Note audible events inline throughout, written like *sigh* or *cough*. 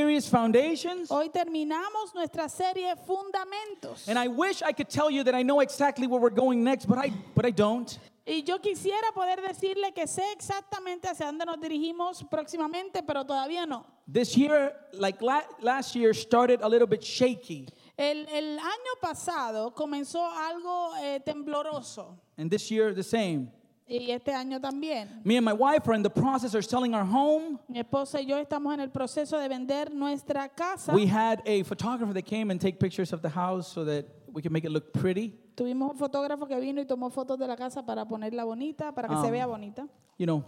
series Foundations. Hoy terminamos nuestra serie Fundamentos. And I wish I could tell you that I know exactly where we're going next, but I but I don't. Y yo quisiera poder decirle que sé exactamente hacia dónde nos dirigimos próximamente, pero todavía no. This year, like la- last year, started a little bit shaky, El, el año pasado comenzó algo eh, tembloroso and this year the same. y este año también. Me and my wife are in the process of selling our home. Mi esposa y yo estamos en el proceso de vender nuestra casa. We had a photographer that came and take pictures of the house so that we can make it look pretty. Tuvimos un fotógrafo que vino y tomó fotos de la casa para ponerla bonita, para que se Um, vea bonita. You know,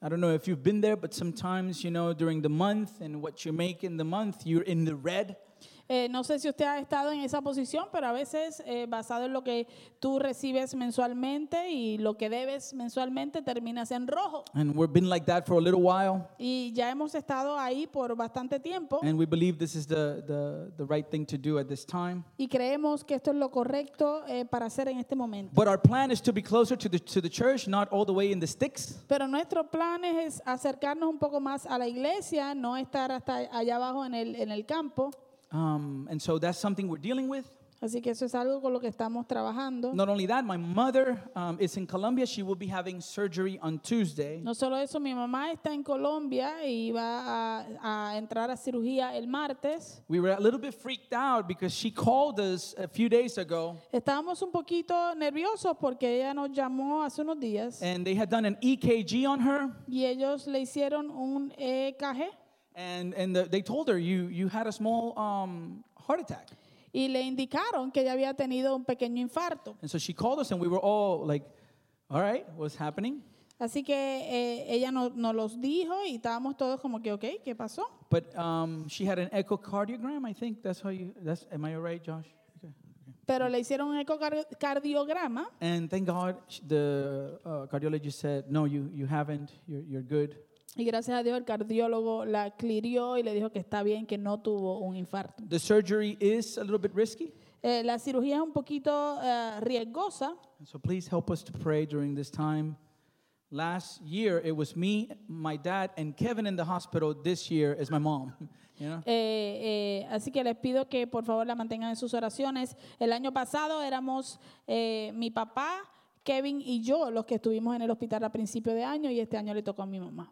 I don't know if you've been there, but sometimes you know during the month and what you make in the month, you're in the red. Eh, no sé si usted ha estado en esa posición, pero a veces eh, basado en lo que tú recibes mensualmente y lo que debes mensualmente terminas en rojo. And we've been like that for a little while, Y ya hemos estado ahí por bastante tiempo and we believe this is the, the, the right thing to do at this time. y creemos que esto es lo correcto eh, para hacer en este momento. But our plan is to be closer to the, to the church, not all the way in the sticks. Pero nuestro plan es acercarnos un poco más a la iglesia, no estar hasta allá abajo en el, en el campo. Um, and so that's something we're dealing with. Así que eso es algo con lo que estamos trabajando. Not only that, my mother um, is in Colombia. She will be having surgery on Tuesday. No solo eso, mi mamá está en Colombia y va a, a entrar a cirugía el martes. We were a little bit freaked out because she called us a few days ago Estábamos un poquito nerviosos porque ella nos llamó hace unos días and they had done an EKG on her. y ellos le hicieron un E EKG And, and the, they told her, you, you had a small um, heart attack. y le indicaron que ella había tenido un pequeño infarto. And so she called us and we were all like, all right, what's happening? Así que eh, ella no- nos los dijo y estábamos todos como que, ok, ¿qué pasó? But um, she had an echocardiogram, I think. That's how you, that's, am I right, Josh? Okay. Pero le hicieron un ecocardiograma And thank God sh- the uh, cardiologist said, no, you, you haven't, you're, you're good. y gracias a Dios el cardiólogo la clirió y le dijo que está bien, que no tuvo un infarto. The surgery is a little bit risky. Eh, la cirugía es un poquito eh, riesgosa, And so please help us to pray during this time. Last year, it was me, my dad, and Kevin in the hospital. This year is my mom. *laughs* You know? eh, eh, así que les pido que por favor la mantengan en sus oraciones. El año pasado éramos eh, mi papá, Kevin y yo los que estuvimos en el hospital a principio de año y este año le tocó a mi mamá.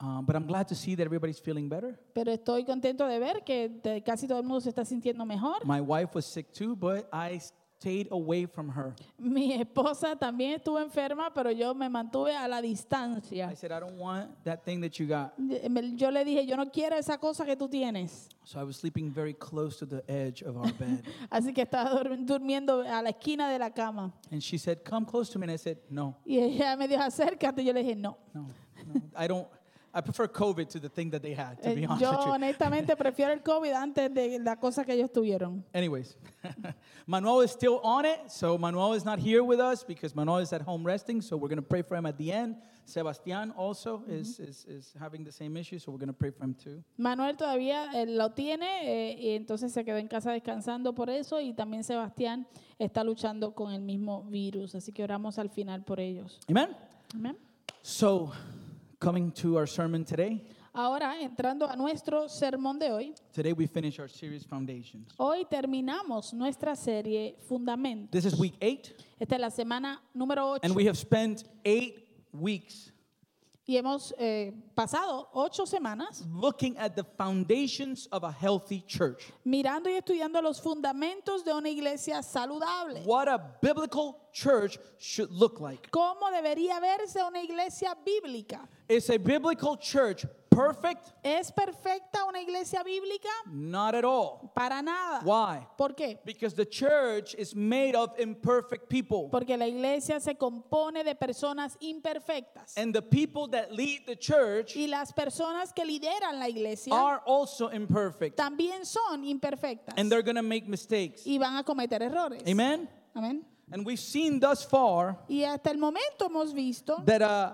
Um, but I'm glad to see that everybody's feeling better. Pero estoy contento de ver que te- casi todo el mundo se está sintiendo mejor. My wife was sick too, but I stayed away from her. Mi esposa también estuvo enferma, pero yo me mantuve a la distancia. I said, I don't want that thing that you got. Eh, me- Yo le dije, yo no quiero esa cosa que tú tienes. So I was sleeping very close to the edge of our bed. Así que estaba dur- durmiendo a la esquina de la cama. and she said, Come close to me. And I said, No, Y ella me dijo, acércate. Yo le dije, no. no, no. I don't. I prefer COVID to the thing that they had, to Eh, be honest Yo with you. *laughs* honestamente prefiero el COVID antes de la cosa que ellos tuvieron. Anyways, *laughs* Manuel is still on it, so Manuel is not here with us because Manuel is at home resting, so we're going to pray for him at the end. Sebastian also is, is, is having the same issue, so we're going to pray for him too. Manuel todavía eh, lo tiene eh, y entonces se quedó en casa descansando por eso y también Sebastián está luchando con el mismo virus. Así que oramos al final por ellos. Amen? Amén. So, coming to our sermon today, Ahora, entrando a nuestro sermón de hoy, today we finish our series Foundations. hoy terminamos nuestra serie Fundamentos. This is week eight, Esta es la semana número 8 and we have spent eight weeks y hemos eh, pasado ocho semanas looking at the foundations of a healthy church. mirando y estudiando los fundamentos de una iglesia saludable. What a biblical church should look like. ¿Cómo debería verse una iglesia bíblica? Is a biblical church perfect? ¿Es perfecta una iglesia bíblica? Not at all. Para nada. Why? ¿Por qué? Because the church is made of imperfect people. Porque la iglesia se compone de personas imperfectas. And the people that lead the church Y las personas que lideran la iglesia are also imperfect. también son imperfectas. And they're going to make mistakes. Y van a cometer errores. Amen? Amén. And we've seen thus far Y hasta el momento hemos visto that uh,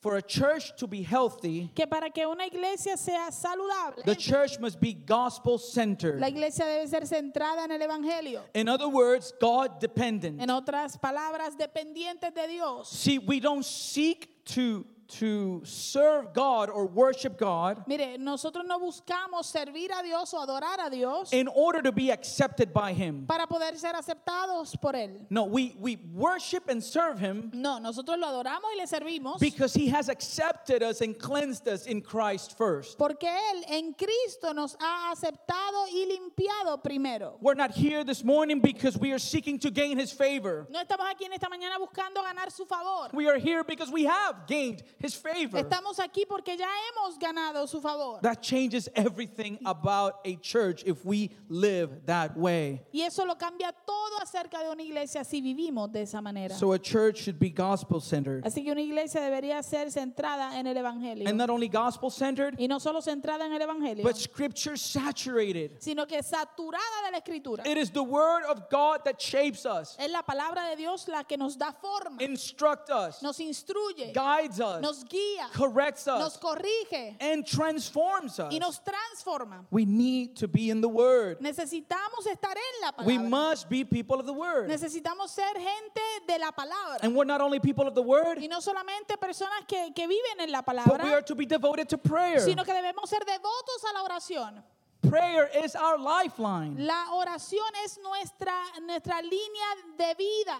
for a church to be healthy, que para que una iglesia sea saludable, the church must be gospel la centered. iglesia debe ser centrada en el Evangelio. In other words, God dependent. En otras palabras, dependientes de Dios. See, we don't seek to to serve God or worship God Mire, nosotros no buscamos servir a Dios o adorar a Dios in order to be accepted by Him. para poder ser aceptados por Él. No, we, we worship and serve Him No, nosotros lo adoramos y le servimos because He has accepted us and cleansed us in Christ first. porque Él en Cristo nos ha aceptado y limpiado primero. We're not here this morning because we are seeking to gain His favor. No estamos aquí en esta mañana buscando ganar su favor. We are here because we have gained His favor. Estamos aquí porque ya hemos ganado su favor. That changes everything about a church if we live that way. Y eso lo cambia todo acerca de una iglesia si vivimos de esa manera. So a church should be gospel centered. Así que una iglesia debería ser centrada en el Evangelio. And not only gospel centered, Y no solo centrada en el Evangelio, but scripture saturated. sino que saturada de la Escritura. It is the word of God that shapes us, Es la palabra de Dios la que nos da forma, instruct us, nos instruye, guides us, nos guía, corrects nos us, corrige and transforms us. y nos transforma. We need to be in the word. Necesitamos estar en la We palabra. must be people of the word. Necesitamos ser gente de la palabra. And we're not only people of the word, Y no solamente personas que, que viven en la but we are palabra, to be devoted to prayer. sino que debemos ser devotos a la oración. Prayer is our lifeline. La oración es nuestra, nuestra línea de vida.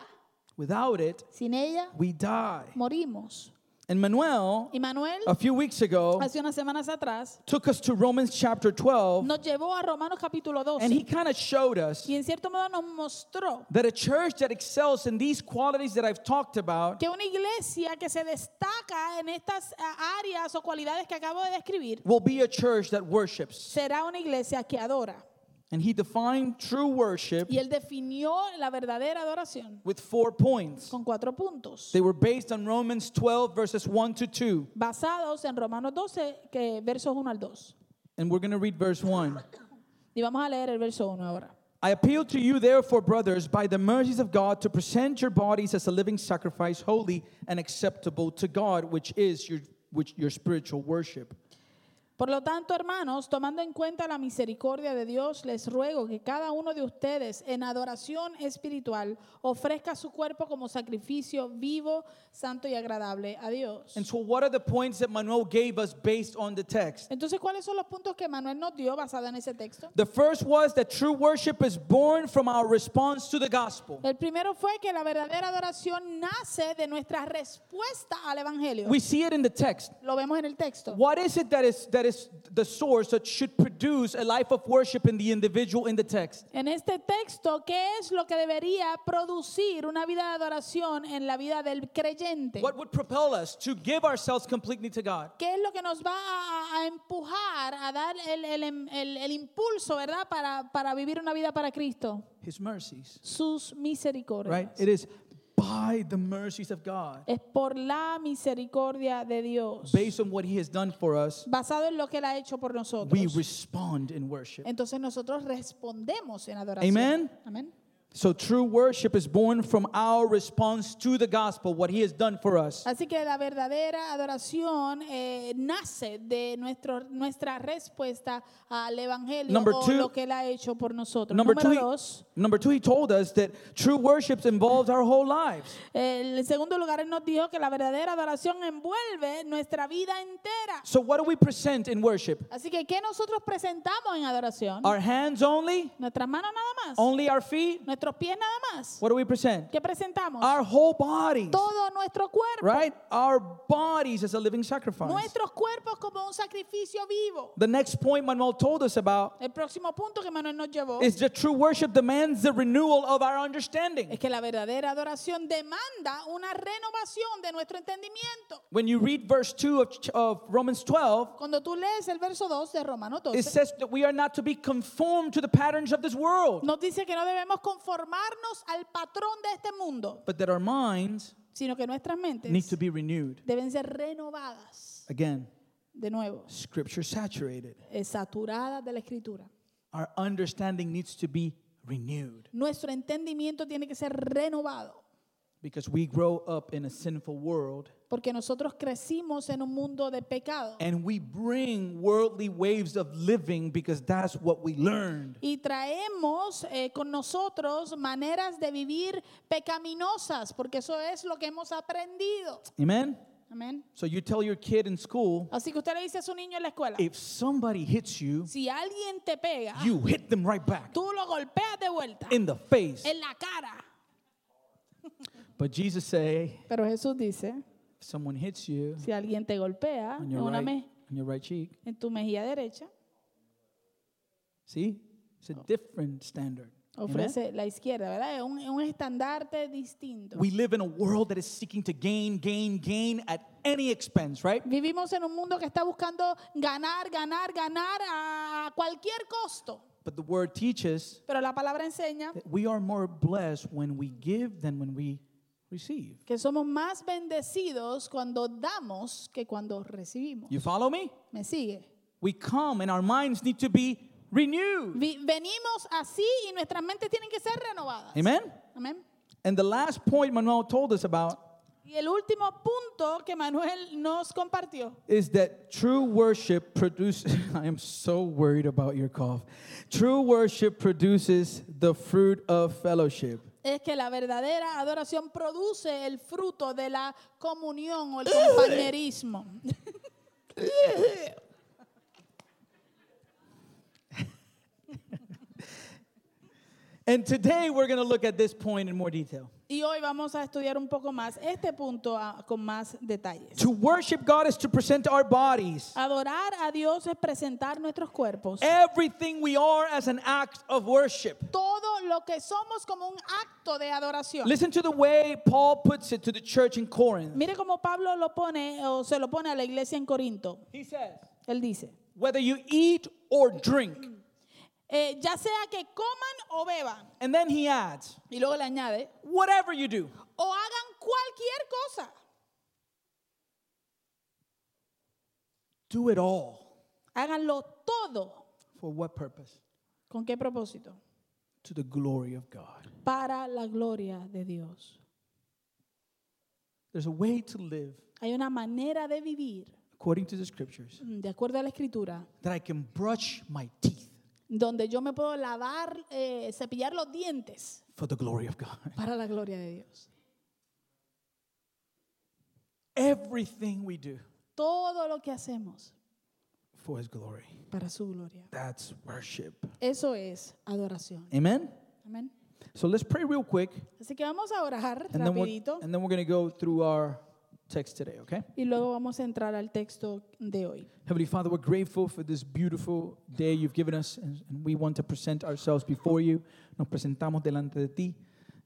Without it, Sin ella, we die. morimos. And Manuel, Y Manuel, a few weeks ago, hace unas semanas atrás, took us to Romans chapter 12, nos llevó a Romanos capítulo Oh. 12. and he kind of showed us Y en cierto modo nos mostró that a church that excels in these qualities that I've talked about que una iglesia que se destaca en estas ah, áreas o cualidades que acabo de describir will be a church that worships. será una iglesia que adora. And he defined true worship Y él definió la verdadera adoración with four points. con cuatro puntos, They were based on Romans 12, verses 1 to 2. basados en Romanos 12, que, versos 1 al 2. And we're going to read verse 1. Y vamos a leer el verso 1 ahora. I appeal to you, therefore, brothers, by the mercies of God, to present your bodies as a living sacrifice, holy and acceptable to God, which is your, which, your spiritual worship. Por lo tanto, hermanos, tomando en cuenta la misericordia de Dios, les ruego que cada uno de ustedes en adoración espiritual ofrezca su cuerpo como sacrificio vivo, santo y agradable a Dios. And so, what are the points that Manuel gave us based on the text? Entonces, ¿cuáles son los puntos que Manuel nos dio basado en ese texto? The first was that true worship is born from our response to the gospel. El primero fue que la verdadera adoración nace de nuestra respuesta al Evangelio. We see it in the text. Lo vemos en el texto. What is it that is, that is the source that should produce a life of worship in the individual in the text? En este texto, ¿qué es lo que debería producir una vida de adoración en la vida del creyente? What would propel us to give ourselves completely to God? ¿Qué es lo que nos va a, a empujar a dar el, el- el- el impulso, verdad, para, para vivir una vida para Cristo? His mercies. Sus misericordias. right? It is by the mercies of God, Es por la misericordia de Dios. based on what He has done for us, Basado en lo que Él ha hecho por nosotros. we respond in worship. Entonces nosotros respondemos en adoración. Amen. Amén. So true worship is born from our response to the gospel, what He has done for us. Así que la verdadera adoración eh, nace de nuestro, nuestra respuesta al Evangelio Number o two. lo que Él ha hecho por nosotros. Number Número two, dos. he, number two, he told us that true worship involves our whole lives. En segundo lugar, él nos dijo que la verdadera adoración envuelve nuestra vida entera. So what do we present in worship? Así que, ¿qué nosotros presentamos en adoración? Our hands only, Nuestras manos nada más. only our feet. Nuestros pies nada más. What do we present? ¿Qué presentamos? Our whole bodies, Todo nuestro cuerpo. right? Our bodies as a living sacrifice. Nuestros cuerpos como un sacrificio vivo. The next point Manuel told us about El próximo punto que Manuel nos llevó is es that true worship demands the renewal of our understanding. que la verdadera adoración demanda una renovación de nuestro entendimiento. When you read verse 2 of, ch- of Romans 12, Cuando tú lees el verso 2 de Romanos it 12, says that we are not to be conformed to the patterns of this world, nos dice que no debemos conformarnos al patrón de este mundo. but that our minds sino que nuestras need mentes to be renewed. deben ser renovadas Again, de nuevo, scripture saturated. eh, saturadas de la escritura. Our understanding needs to be renewed Nuestro entendimiento tiene que ser renovado, because we grow up in a sinful world porque nosotros crecimos en un mundo de pecado and we bring worldly ways of living because that's what we learned. y traemos eh, con nosotros maneras de vivir pecaminosas, porque eso es lo que hemos aprendido. Amen? Amén. So you tell your kid in school, Así que usted le dice a su niño en la escuela, if somebody hits you, si alguien te pega, you hit them right back tú lo golpeas de vuelta in the face. en la cara. But Jesus say, Pero Jesús dice, if someone hits you si alguien te golpea on en, your una right, me- on your right cheek, en tu mejilla derecha, see, it's a different standard. Amen? ofrece la izquierda, ¿verdad? Es un, es un estandarte distinto. We live in a world that is seeking to gain, gain, gain at any expense, right? Vivimos en un mundo que está buscando ganar, ganar, ganar a cualquier costo. But the word teaches Pero la palabra enseña that we are more blessed when we give than when we receive. que somos más bendecidos cuando damos que cuando recibimos. You follow me? ¿Me sigue? We come and our minds need to be renewed. Vi- venimos así y nuestras mentes tienen que ser renovadas. Amen? Amén. And the last point Manuel told us about Y el último punto que Manuel nos compartió. is that true worship produces *laughs* I am so worried about your cough. True worship produces the fruit of fellowship. Es que la verdadera adoración produce el fruto de la comunión o el compañerismo. And today we're going to look at this point in more detail. Y hoy vamos a estudiar un poco más este punto ah, con más detalles. To worship God is to present our bodies, Adorar a Dios es presentar nuestros cuerpos. Eh. everything we are as an act of worship. Todo lo que somos como un acto de adoración. Listen to the way Paul puts it to the church in Corinth. Mire cómo Pablo lo pone o se lo pone a la iglesia en Corinto. He says, Él dice, whether you eat or drink. eh, ya sea que coman o beban, And then he adds, y luego le añade, whatever you do. o hagan cualquier cosa, Do it all. háganlo todo. For what purpose? ¿Con qué propósito? To the glory of God. Para la gloria de Dios. There's a way to live Hay una manera de vivir, according to the scriptures mm, de acuerdo a la escritura, that I can brush my teeth donde yo me puedo lavar, eh, cepillar los dientes for the glory of God. *laughs* para la gloria de Dios. Everything we do Todo lo que hacemos for his glory. para su gloria. That's worship. Eso es adoración. Amen. Amén. So let's pray real quick Así que vamos a orar and then we're, rapidito and then we're going to go through our text today, okay? y luego vamos a entrar al texto de hoy. Heavenly Father, we're grateful for this beautiful day you've given us, and, and we want to present ourselves before you. Nos presentamos delante de ti.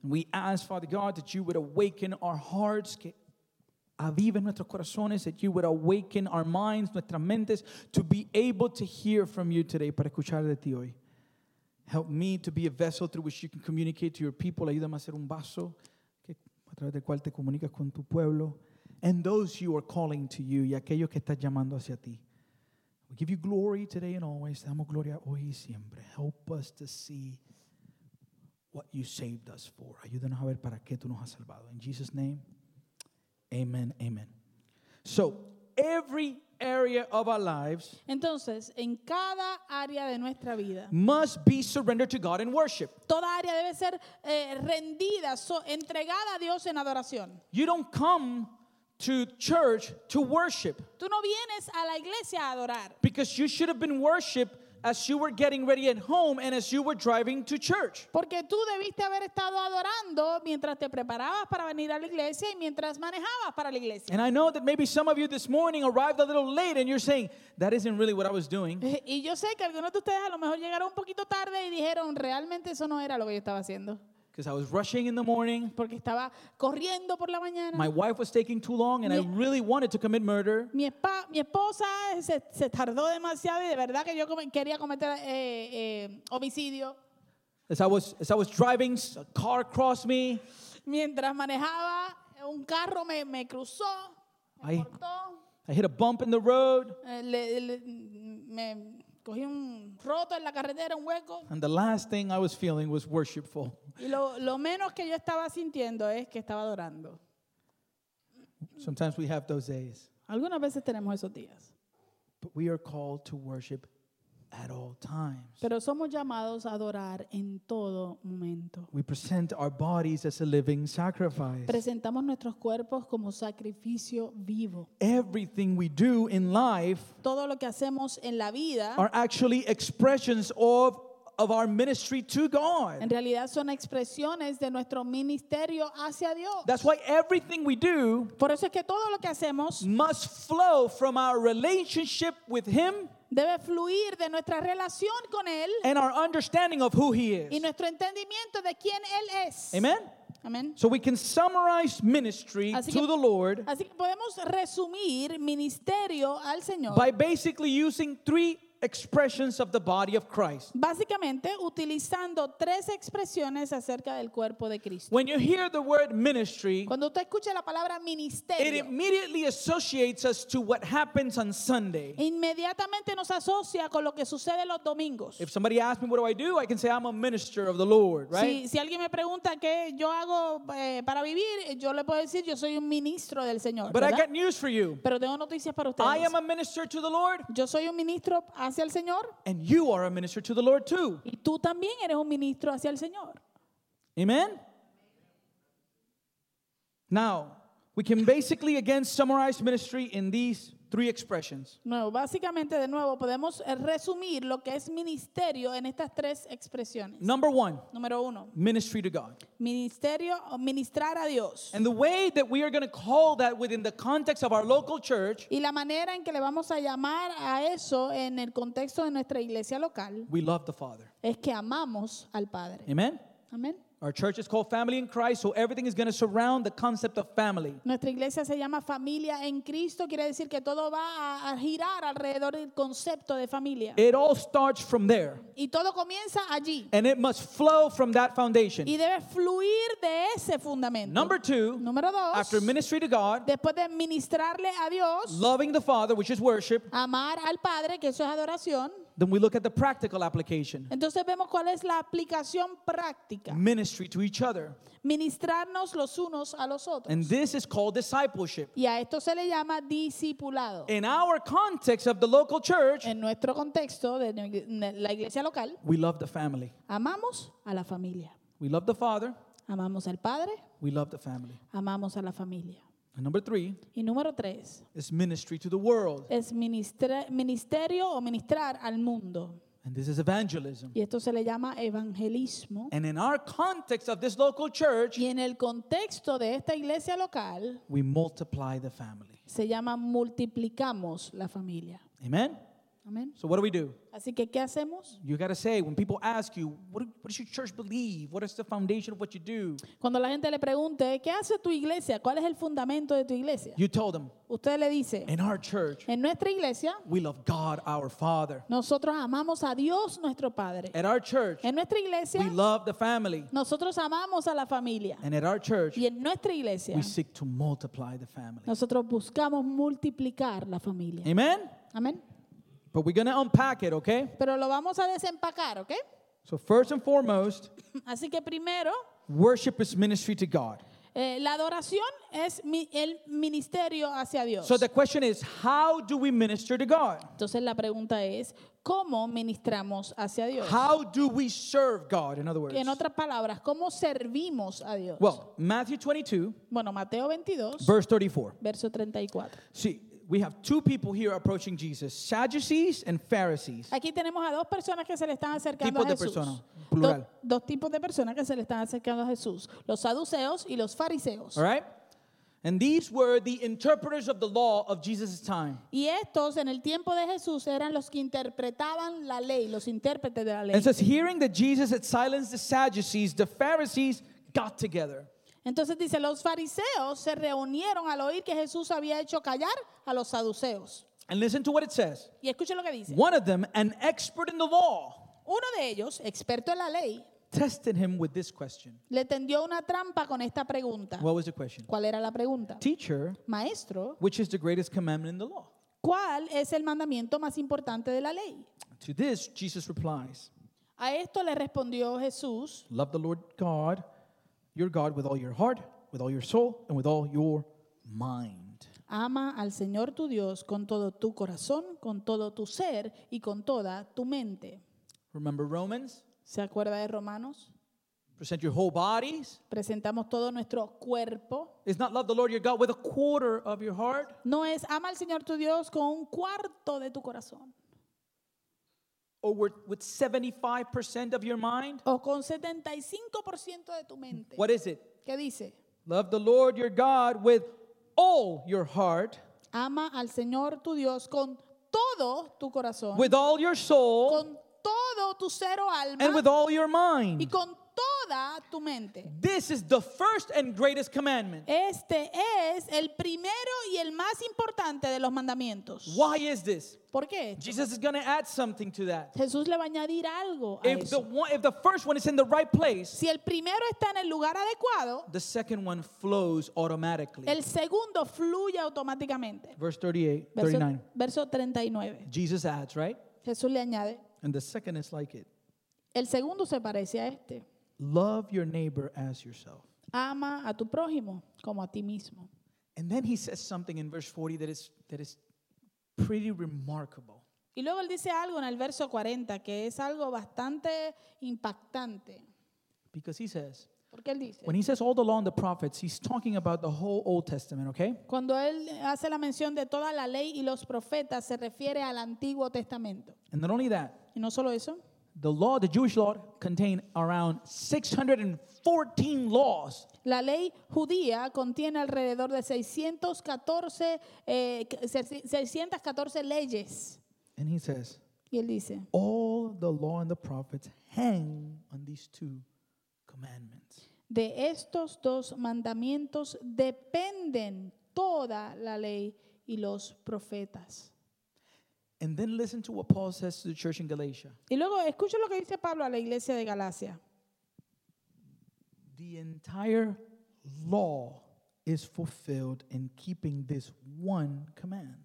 And we ask, Father God, that you would awaken our hearts, que aviven nuestros corazones, that you would awaken our minds, nuestras mentes, to be able to hear from you today, para escuchar de ti hoy. Help me to be a vessel through which you can communicate to your people. Ayúdame a ser un vaso que, a través del cual te comunicas con tu pueblo. And those you are calling to you y aquellos que estás llamando hacia ti. We give you glory today and always. Te damos gloria hoy y siempre. Help us to see what you saved us for. Ayúdanos a ver para qué tú nos has salvado. In Jesus' name, amen, amen. So, every area of our lives Entonces, en cada área de nuestra vida, must be surrendered to God in worship. toda área debe ser eh, rendida, so- entregada a Dios en adoración. You don't come to church to worship Tú no vienes a la iglesia a adorar, because you should have been worship as you were getting ready at home and as you were driving to church. porque tú debiste haber estado adorando mientras te preparabas para venir a la iglesia y mientras manejabas para la *laughs* iglesia. And I know that maybe some of you this morning arrived a little late and you're saying, that isn't really what I was doing. Eh, Y yo sé que algunos de ustedes a lo mejor llegaron un poquito tarde y dijeron, realmente eso no era lo que yo estaba haciendo, Because I was rushing in the morning. porque estaba corriendo por la mañana. My wife was taking too long and I Yeah. really wanted to commit murder. Mi, espa- mi esposa se, se tardó demasiado y de verdad que yo come- quería cometer eh, eh, homicidio. As I was, as I was driving, s- a car crossed me. Mientras manejaba, un carro me, me cruzó, me Ay. cortó, I hit a bump in the road. eh, le- le- me cogí un roto en la carretera, un hueco. And the last thing I was feeling was worshipful. Y lo, lo menos que yo estaba sintiendo es que estaba adorando. Sometimes we have those days. Algunas veces tenemos esos días, But we are called to worship at all times. Pero somos llamados a adorar en todo momento. We present our bodies as a living sacrifice. Presentamos nuestros cuerpos como sacrificio vivo. Everything we do in life Todo lo que hacemos en la vida are actually expressions of, of our ministry to en God. realidad son expresiones de nuestro ministerio hacia Dios. That's why everything we do Por eso es que todo lo que hacemos must flow from our relationship with Him debe fluir de nuestra relación con Él and our understanding of who He y is. nuestro entendimiento de quién Él es. Amen? Amén. So we can summarize ministry Así to que- the Lord Así que podemos resumir ministerio al Señor by basically using three expressions of the body of Christ. básicamente utilizando tres expresiones acerca del cuerpo de Cristo. When you hear the word ministry, Cuando usted escucha la palabra it ministerio, immediately associates us to what happens on Sunday. inmediatamente nos asocia con lo que sucede los domingos. If somebody asks me, what do I do? I can say, I'm a minister of the Lord, right? Si, si alguien me pregunta qué yo hago eh, para vivir, yo le puedo decir, yo soy un ministro del Señor. But I ¿verdad? got news for you. Pero tengo noticias para ustedes. I am a minister to the Lord, Yo soy un ministro hacia el Señor and you are a minister to the Lord too. y tú también eres un ministro hacia el Señor. Amen? Now, we can basically again summarize ministry in these three expressions. Nuevo, básicamente de nuevo podemos eh, resumir lo que es ministerio en estas tres expresiones. Number one, Número uno, ministry to God. ministerio, o ministrar a Dios. And the way that we are going to call that within the context of our local church, Y la manera en que le vamos a llamar a eso en el contexto de nuestra iglesia local we love the Father. es que amamos al Padre. Amen? Amén. Our church is called Family in Christ, so everything is going to surround the concept of family. Nuestra iglesia se llama familia en Cristo, quiere decir que todo va a- a girar alrededor del concepto de familia. It all starts from there, Y todo comienza allí. and it must flow from that Y foundation. debe fluir de ese fundamento. Number two, Número dos. after ministry to God, después de ministrarle a Dios, loving the Father, which is worship, amar al Padre, que eso es adoración, then we look at the practical application entonces vemos cuál es la aplicación práctica. ministry to each other. Ministrarnos los unos a los otros. And this is called discipleship. Y a esto se le llama discipulado. In our context of the local church, En nuestro contexto de ne- la iglesia local, we love the family. amamos a la familia. We love the Father, Amamos al Padre, we love the family. amamos a la familia. And number three Y número tres, is ministry to the world. es ministra- ministerio o ministrar al mundo. And this is evangelism. Y esto se le llama evangelismo. And in our context of this local church, Y en el contexto de esta iglesia local, we multiply the family. se llama multiplicamos la familia. Amen? Amén. So, what do we do? Así que, ¿qué hacemos? You got to say, when people ask you, what, do- what does your church believe? What is the foundation of what you do? Cuando la gente le pregunte, ¿qué hace tu iglesia? ¿Cuál es el fundamento de tu iglesia? You tell them, Usted le dice, in our church, en nuestra iglesia, we love God our Father. nosotros amamos a Dios nuestro Padre. At our church, En nuestra iglesia, we love the family. nosotros amamos a la familia. And at our church, Y en nuestra iglesia, we seek to multiply the family. nosotros buscamos multiplicar la familia. Amen? Amén. But we're going to unpack it, okay? Pero lo vamos a desempacar, ¿ok? So, first and foremost, Así que primero, worship is ministry to God. eh, la adoración es mi- el ministerio hacia Dios. So, the question is, how do we minister to God? Entonces la pregunta es, ¿cómo ministramos hacia Dios? How do we serve God, in other words? En otras palabras, ¿cómo servimos a Dios? Well, Matthew 22, bueno, Mateo 22, verse 34. verso 34. See, we have two people here approaching Jesus Sadducees and Pharisees. Aquí tenemos a dos personas que se le están acercando Tipos a de Jesús. personas, plural. Dos, dos tipos de personas que se le están acercando a Jesús, los saduceos y los fariseos. All right? And these were the interpreters of the law of Jesus' time. Y estos en el tiempo de Jesús eran los que interpretaban la ley, los intérpretes de la ley. And says, hearing that Jesus had silenced the Sadducees, the Pharisees got together. Entonces dice, los fariseos se reunieron al oír que Jesús había hecho callar a los saduceos. And listen to what it says. Y escuchen lo que dice. One of them, an expert in the law, Uno de ellos, experto en la ley, tested him with this question. le tendió una trampa con esta pregunta. What was the question? ¿Cuál era la pregunta? Teacher, Maestro, which is the greatest commandment in the law? ¿cuál es el mandamiento más importante de la ley? To this, Jesus replies, A esto le respondió Jesús, Love the Lord God, your God, with all your heart, with all your soul, and with all your mind. Ama al Señor tu Dios con todo tu corazón, con todo tu ser y con toda tu mente. Remember Romans? ¿Se acuerda de Romanos? Present your whole bodies. Presentamos todo nuestro cuerpo. It's not love the Lord your God with a quarter of your heart. No es ama al Señor tu Dios con un cuarto de tu corazón or with with 75% of your mind? o con 75% de tu mente. What is it? ¿Qué dice? Love the Lord your God with all your heart, Ama al Señor tu Dios con todo tu corazón, with all your soul, con todo tu ser o and alma with all your y mind. con toda tu mente. This is the first and greatest commandment. Este es el primero y el más importante de los mandamientos. Why is this? ¿Por qué? Jesus is going to add something to that. Jesús le va a añadir algo a If the eso. one, if the first one is in the right place, Si el primero está en el lugar adecuado, the second one flows automatically. el segundo fluye automáticamente. Verse 38, Verso, 39. verso 39. Jesus adds, right? Jesús le añade, And the second is like it. el segundo se parece a este. Love your neighbor as yourself. Ama a tu prójimo como a ti mismo. And then he says something in verse 40 that is, that is pretty remarkable. Y luego él dice algo en el verso 40 que es algo bastante impactante. Because he says, Porque él dice, when he says all the law and the prophets, he's talking about the whole Old Testament, okay? cuando él hace la mención de toda la ley y los profetas, se refiere al Antiguo Testamento. And not only that, Y no solo eso, the law, the Jewish law, contained around 614 laws. La ley judía contiene alrededor de 614, eh, 614 leyes. And he says, Y él dice, all the law and the prophets hang on these two commandments. de estos dos mandamientos dependen toda la ley y los profetas. And then listen to what Paul says to the church in Galatia. Y luego escucho lo que dice Pablo a la iglesia de Galacia. The entire law is fulfilled in keeping this one command.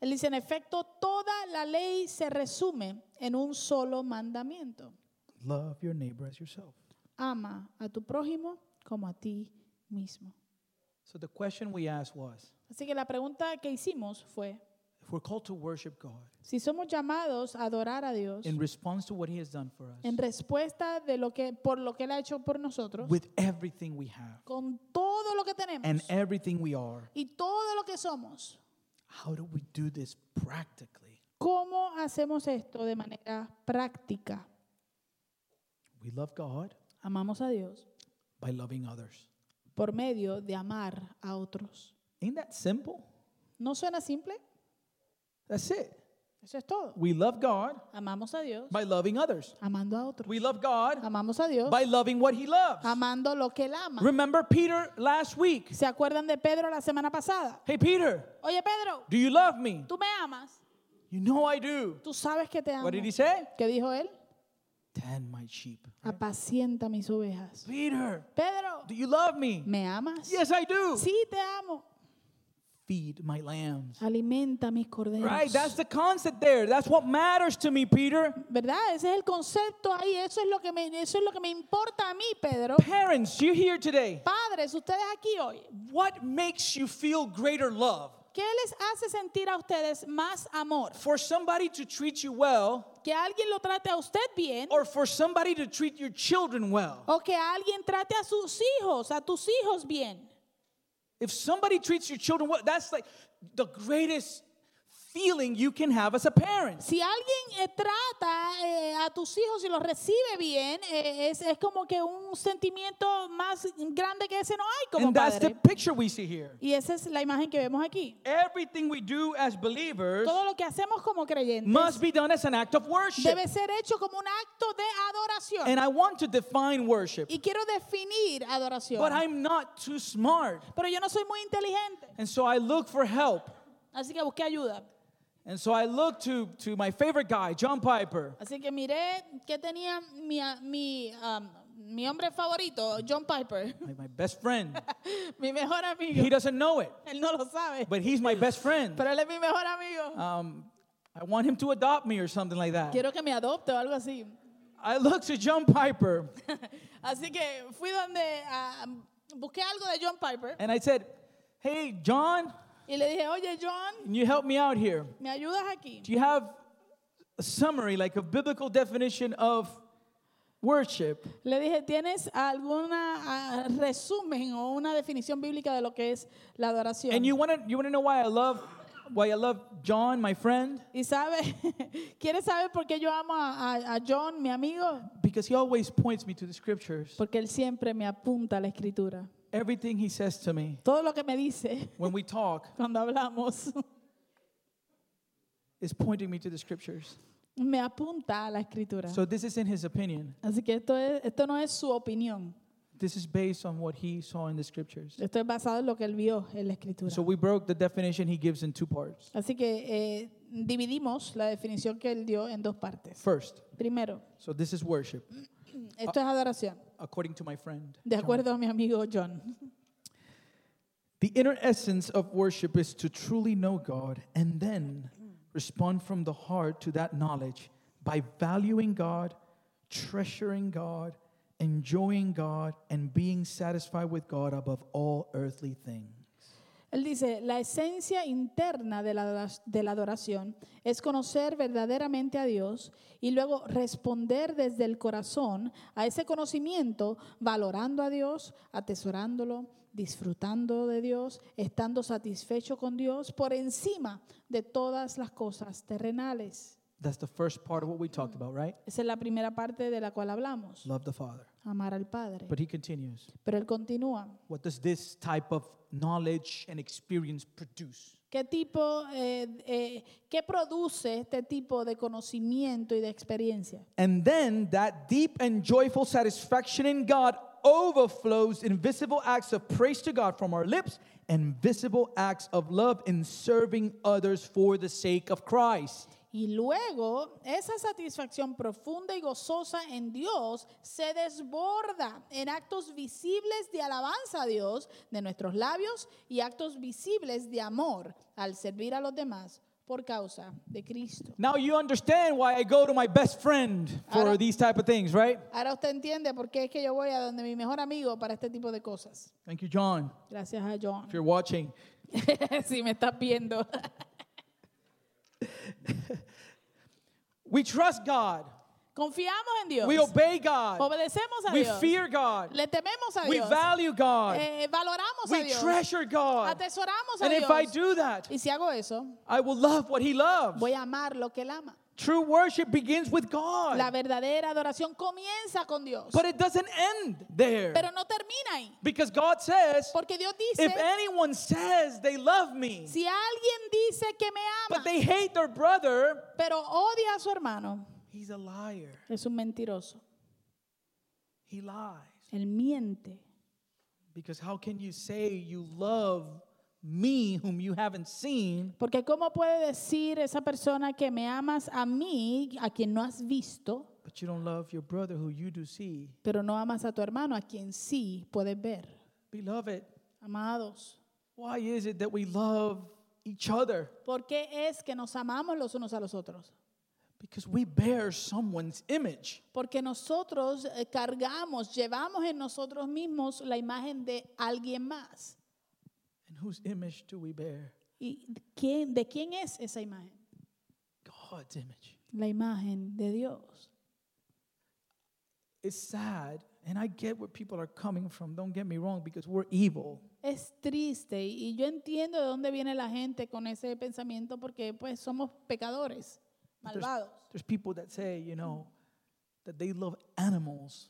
Él dice, en efecto, toda la ley se resume en un solo mandamiento. Love your neighbor as yourself. Ama a tu prójimo como a ti mismo. So the question we asked was Así que la pregunta que hicimos fue, if we're called to worship God Si somos llamados a adorar a Dios in response to what he has done for en us respuesta de lo que por lo que él ha hecho por nosotros, with everything we have con todo lo que and tenemos everything we are, y todo lo que somos, how do we do this practically? ¿cómo hacemos esto de manera práctica? We love God Amamos a Dios by loving others. por medio de amar a otros. Ain't that simple? ¿No suena simple? That's it. Eso es todo. We love God Amamos a Dios by loving others. amando a otros. We love God Amamos a Dios by loving what he loves. amando lo que él ama. Remember Peter last week. ¿Se acuerdan de Pedro la semana pasada? Hey, Peter, Oye, Pedro, do you love me? tú me amas. You know I do. Tú sabes que te amo. What did he say? ¿Qué dijo él? Tend my sheep. Apacienta mis ovejas. Peter, Pedro, do you love me? ¿me amas? Yes, I do. Sí, te amo. Feed my lambs. Alimenta mis corderos. Right? That's the concept there. That's what matters to me, Peter. ¿Verdad? Ese es el concepto ahí. Eso es lo que me, eso es lo que me importa a mí, Pedro. Parents, you're here today. Padres, ustedes aquí hoy, What makes you feel greater love? ¿qué les hace sentir a ustedes más amor? For somebody to treat you well, Que alguien lo trate a usted bien or for somebody to treat your children well? o que alguien trate a sus hijos, a tus hijos bien. If somebody treats your children well, that's like the greatest feeling you can have as a parent. Si alguien eh, trata eh, a tus hijos y los recibe bien, eh, es, es como que un sentimiento más grande que ese no hay como And that's the padre. picture we see here. Y esa es la imagen que vemos aquí. Everything we do as believers Todo lo que hacemos como creyentes must be done as an act of worship. debe ser hecho como un acto de adoración. And I want to define worship, Y quiero definir but adoración. I'm not too smart. Pero yo no soy muy inteligente, And so I look for help. así que busqué ayuda. And so I look to, to my favorite guy, John Piper. Así que miré qué tenía mi, mi, um, mi hombre favorito, John Piper, *laughs* My, my best friend. mi mejor *laughs* amigo. He doesn't know it, Él no lo sabe, but he's my best friend. pero él es mi mejor amigo. Um, I want him to adopt me or something like that. Quiero que me adopte o algo así. I look to John Piper Así que fui donde ah, busqué algo de John Piper and I said, Hey, John, Y le dije, oye, John, Can you help me out here? ¿me ayudas aquí? Do you have a summary, like a biblical definition of worship? Le dije, ¿tienes alguna ah, resumen o una definición bíblica de lo que es la adoración? And you want to you want to know why I love why I love John, my friend, y sabe, *laughs* ¿quieres saber por qué yo amo a, a- a John, mi amigo? because he always points me to the scriptures. Porque él siempre me apunta a la escritura. Everything he says to me Todo lo que me dice *laughs* when we talk cuando hablamos *laughs* is pointing me to the scriptures. me apunta a la escritura. So this isn't his opinion. Así que esto, es- esto no es su opinión. This is based on what he saw in the scriptures. Esto es basado en lo que él vio en la escritura. So we broke the definition he gives in two parts. Así que eh, dividimos la definición que él dio en dos partes. First, Primero, so this is worship Ah. esto es adoración, according to my friend. de John. acuerdo a mi amigo John. The inner essence of worship is to truly know God and then respond from the heart to that knowledge by valuing God, treasuring God, enjoying God, and being satisfied with God above all earthly things. Él dice, la esencia interna de la, adora- de la adoración es conocer verdaderamente a Dios y luego responder desde el corazón a ese conocimiento, valorando a Dios, atesorándolo, disfrutando de Dios, estando satisfecho con Dios por encima de todas las cosas terrenales. That's the first part of what we talked about, right? Esa es la primera parte de la cual hablamos, Love the Father. amar al Padre. But he continues. Pero él continúa. What does this type of knowledge and experience produce? ¿Qué tipo, eh, eh, qué produce este tipo de conocimiento y de experiencia? And then that deep and joyful satisfaction in God overflows in visible acts of praise to God from our lips and visible acts of love in serving others for the sake of Christ. Y luego esa satisfacción profunda y gozosa en Dios se desborda en actos visibles de alabanza a Dios de nuestros labios y actos visibles de amor al servir a los demás por causa de Cristo. Now you understand why I go to my best friend for Ahora- these type of things, right? Ahora usted entiende por qué es que yo voy a donde mi mejor amigo para este tipo de cosas. Thank you, John, Gracias a John. if you're watching. *laughs* si me estás viendo. We trust God. Confiamos en Dios. We obey God. Obedecemos a We Dios. fear God. Le tememos a We Dios. value God. Eh, valoramos a We Dios. treasure God. Atesoramos a And Dios. if I do that, y si hago eso, I will love what he loves. voy a amar lo que él ama. True worship begins with La God, verdadera adoración comienza con Dios. but it doesn't end there. pero no termina ahí. Because God says, Porque Dios dice, if anyone says they love me, si alguien dice que me ama, but they hate their brother, pero odia a su hermano, he's a liar. es un mentiroso. He lies. Él miente. Because how can you say you love me whom you haven't seen Porque ¿cómo puede decir esa persona que me amas a mí, a quien no has visto, but you don't love your brother who you do see? pero no amas a tu hermano, a quien sí puedes ver? Beloved, Amados, why is it that we love each other? ¿por qué es que nos amamos los unos a los otros? Because we bear someone's image. Porque nosotros eh, cargamos, llevamos en nosotros mismos la imagen de alguien más. And whose image do we bear? ¿Y de quién, de quién es esa imagen? God's image. La imagen de Dios. it's sad and i get where people are coming from don't get me wrong because we're evil Es triste y y yo entiendo de dónde viene la gente con ese pensamiento porque pues somos pecadores, But there's, malvados. there's people that say you know that they love animals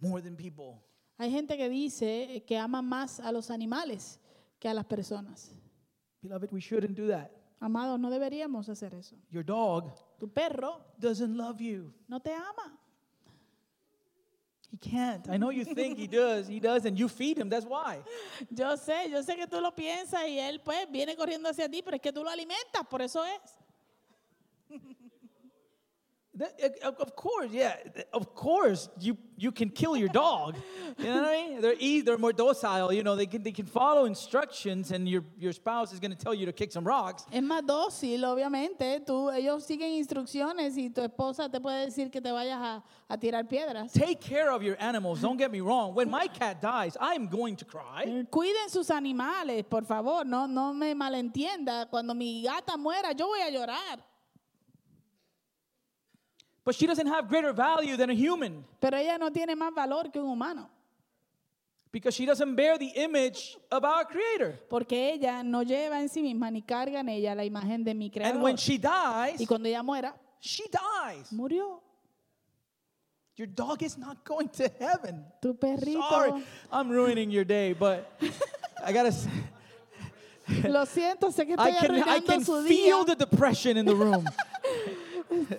more than people Hay gente que dice eh, que ama más a los animales que a las personas. beloved we shouldn't do that Amados, no deberíamos hacer eso. your dog Tu perro doesn't love you no te ama. he can't i know you think he does he does and you feed him that's why Yo sé, yo sé que tú lo piensas y él pues viene corriendo hacia ti, pero es que tú lo alimentas, por eso es. That- eh, of- of course, yeah. Of course, you, you can kill your dog. You know what I mean? They're, e- they're more docile. You know, they can, they can follow instructions, and your, your spouse is going to tell you to kick some rocks. Es más dócil, obviamente. Tú, ellos siguen instrucciones y tu esposa te puede decir que te vayas a, a tirar piedras. Take care of your animals. Don't get me wrong. When my cat dies, I'm going to cry. Cuiden sus animales, por favor. No, no me malentienda. Cuando mi gata muera, yo voy a llorar. But she doesn't have greater value than a human Pero ella no tiene más valor que un humano. because she doesn't bear the image of our Creator. Porque ella no lleva en sí misma ni carga en ella la imagen de mi And when creador. she dies, Y cuando ella muera, she dies. murió. Your dog is not going to heaven. Tu perrito. Sorry, I'm ruining your day, but I gotta. *laughs* s- *laughs* Lo siento, sé que I estoy can I arruinando can su día. feel the depression in the *laughs* room.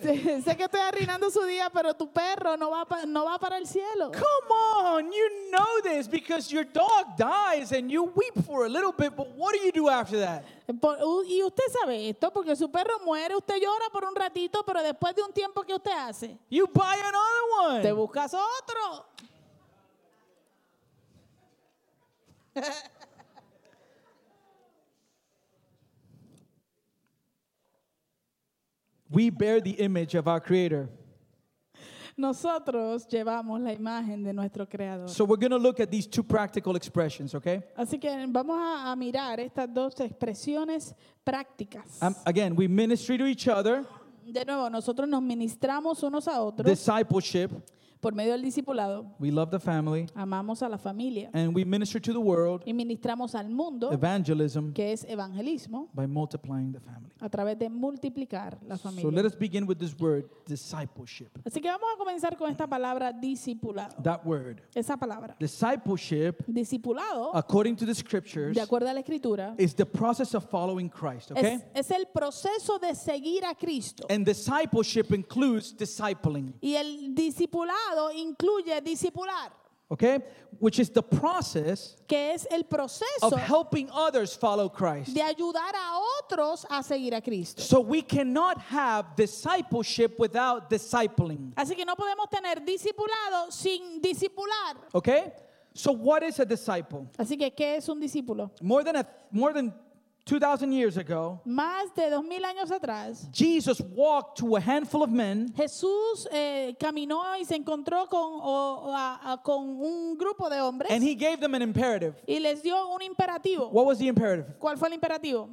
Sé *laughs* sé que estoy arruinando su día, pero tu perro no va, pa- no va para el cielo. Come on, you know this because your dog dies and you weep for a little bit, but what do you do after that? Por- u- y usted sabe esto, porque su perro muere, usted llora por un ratito, pero después de un tiempo, ¿qué usted hace? You buy another one. Te buscas otro. We bear the image of our Creator. Nosotros llevamos la imagen de nuestro creador. So we're going to look at these two practical expressions, okay? Así que vamos a, a mirar estas dos expresiones prácticas. Um, again, we ministry to each other, De nuevo, nosotros nos ministramos unos a otros discipleship, por medio del discipulado. we love the family, Amamos a la familia and we minister to the world, y ministramos al mundo, evangelism, que es evangelismo, by multiplying the family. a través de multiplicar la So familia. let us begin with this word, discipleship. Así que vamos a comenzar con esta palabra discipulado. That word, Esa palabra. discipleship, Discipulado, according to the scriptures, de acuerdo a la escritura, is the process of following Christ, okay? es, es el proceso de seguir a Cristo. And discipleship includes discipling, Y el discipulado incluye discipular, okay? Which is the process que es el proceso of helping others follow Christ. de ayudar a otros a seguir a Cristo. So we cannot have discipleship without discipling, Así que no podemos tener discipulado sin discipular. okay? So what is a disciple? Así que, ¿qué es un discípulo? More than a, more than 2000 years ago, Más de dos mil años atrás, Jesus walked to a handful of men Jesús eh, caminó y se encontró con, o- o a- a- con un grupo de hombres And he gave them an imperative. y les dio un imperativo. What was the imperative? ¿Cuál fue el imperativo?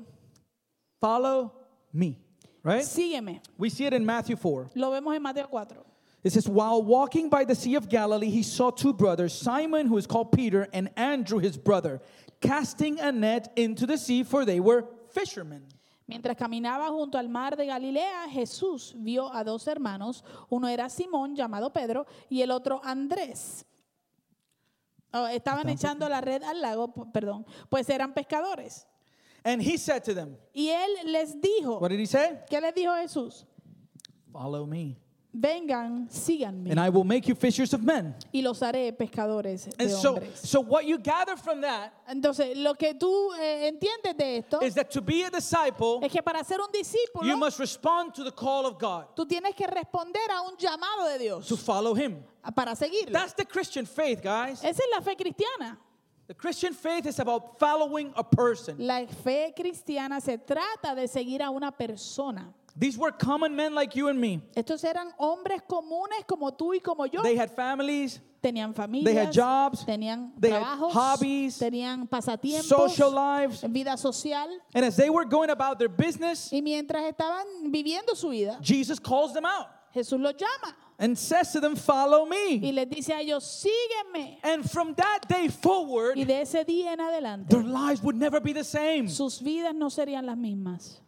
Follow me, right? Sígueme. We see it in Matthew 4. Lo vemos en Mateo 4. It says, While walking by the Sea of Galilee, he saw two brothers, Simon, who is called Peter, and Andrew, his brother, casting a net into the sea, for they were fishermen. Mientras caminaba junto al mar de Galilea, Jesús vio a dos hermanos. Uno era Simón, llamado Pedro, y el otro Andrés. Oh, estaban echando la red al lago, p- perdón, pues eran pescadores. And he said to them, Y él les dijo, What did he say? ¿qué les dijo Jesús? Follow me, Vengan, síganme, and I will make you fishers of men. y los haré pescadores And de so, hombres. so what you gather from that Entonces, lo que tú eh, entiendes de esto is that to be a disciple, es que para ser un you discípulo, must respond to the call of God tú tienes que responder a un llamado de to Dios follow him. para seguirlo. That's the Christian faith, guys. Esa es la fe cristiana. The Christian faith is about following a person. La fe cristiana se trata de seguir a una persona. These were common men like you and me. Estos eran hombres comunes como tú y como yo. They had families, tenían familias, they had jobs, tenían they had trabajos, hobbies, tenían pasatiempos, social lives, vida social. and as they were going about their business, Y mientras estaban viviendo su vida, Jesus calls them out Jesús los llama and says to them, Follow me. y les dice a ellos, sígueme. And from that day Y forward, de ese día en adelante, their lives would never be the same. sus vidas no serían las mismas.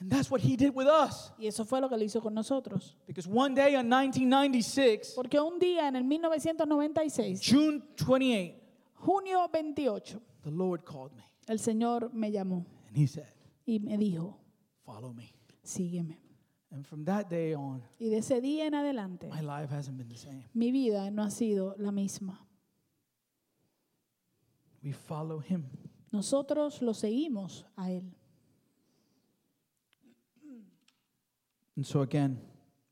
And that's what he did with us. Y eso fue lo que lo hizo con nosotros. Because one day in 1996, Porque un día en el 1996, June 28, junio 28, the Lord called me El Señor me llamó and he said, y me dijo, Follow me. sígueme. And from that day on, Y de ese día en adelante, my life hasn't been the same. mi vida no ha sido la misma. We follow him. Nosotros lo seguimos a Él. And so, again,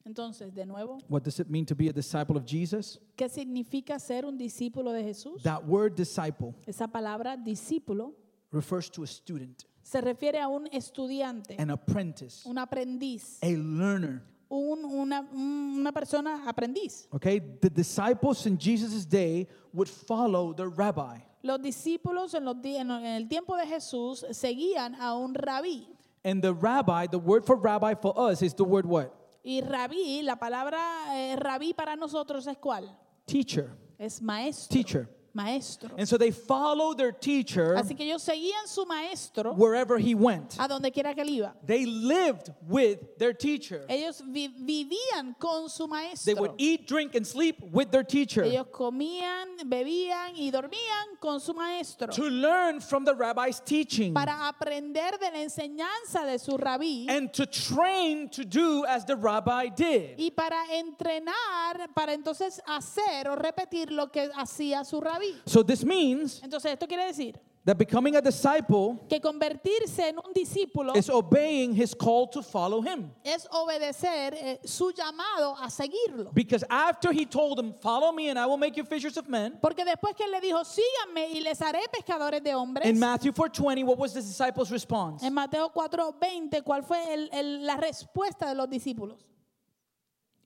Entonces, de nuevo, what does it mean to be a disciple of Jesus? ¿qué significa ser un discípulo de Jesús? That word disciple Esa palabra discípulo refers to a student, se refiere a un estudiante, an apprentice, un aprendiz, a learner. un- una, un- una persona aprendiz. Okay, the disciples in Jesus' day would follow their rabbi. Los discípulos en, los di- en el tiempo de Jesús seguían a un rabí. And the rabbi, the word for rabbi for us is the word what? Y rabí, la palabra eh, rabí para nosotros es cuál? Teacher. Es maestro. Teacher. Maestro. And so they follow their teacher Así que Ah. ellos seguían su maestro wherever he went. a donde quiera que él iba. They lived with their teacher. Ellos vi- vivían con su They would maestro. eat, drink, and sleep with their teacher Ellos comían, bebían y dormían con su maestro to learn from the rabbi's teaching para aprender de la enseñanza de su rabí and to train to do as the rabbi did. y para entrenar, para entonces hacer o repetir lo que hacía su rabí. So this means Entonces esto quiere decir that becoming a disciple que convertirse en un discípulo is obeying his call to follow him. es obedecer eh, su llamado a seguirlo. Because after he told them, Follow me and I will make you fishers of men, Porque después que él le dijo, síganme y les haré pescadores de hombres, in Matthew 4:20, what was the disciples' response? en Mateo 4:20, ¿cuál fue el- el- la respuesta de los discípulos?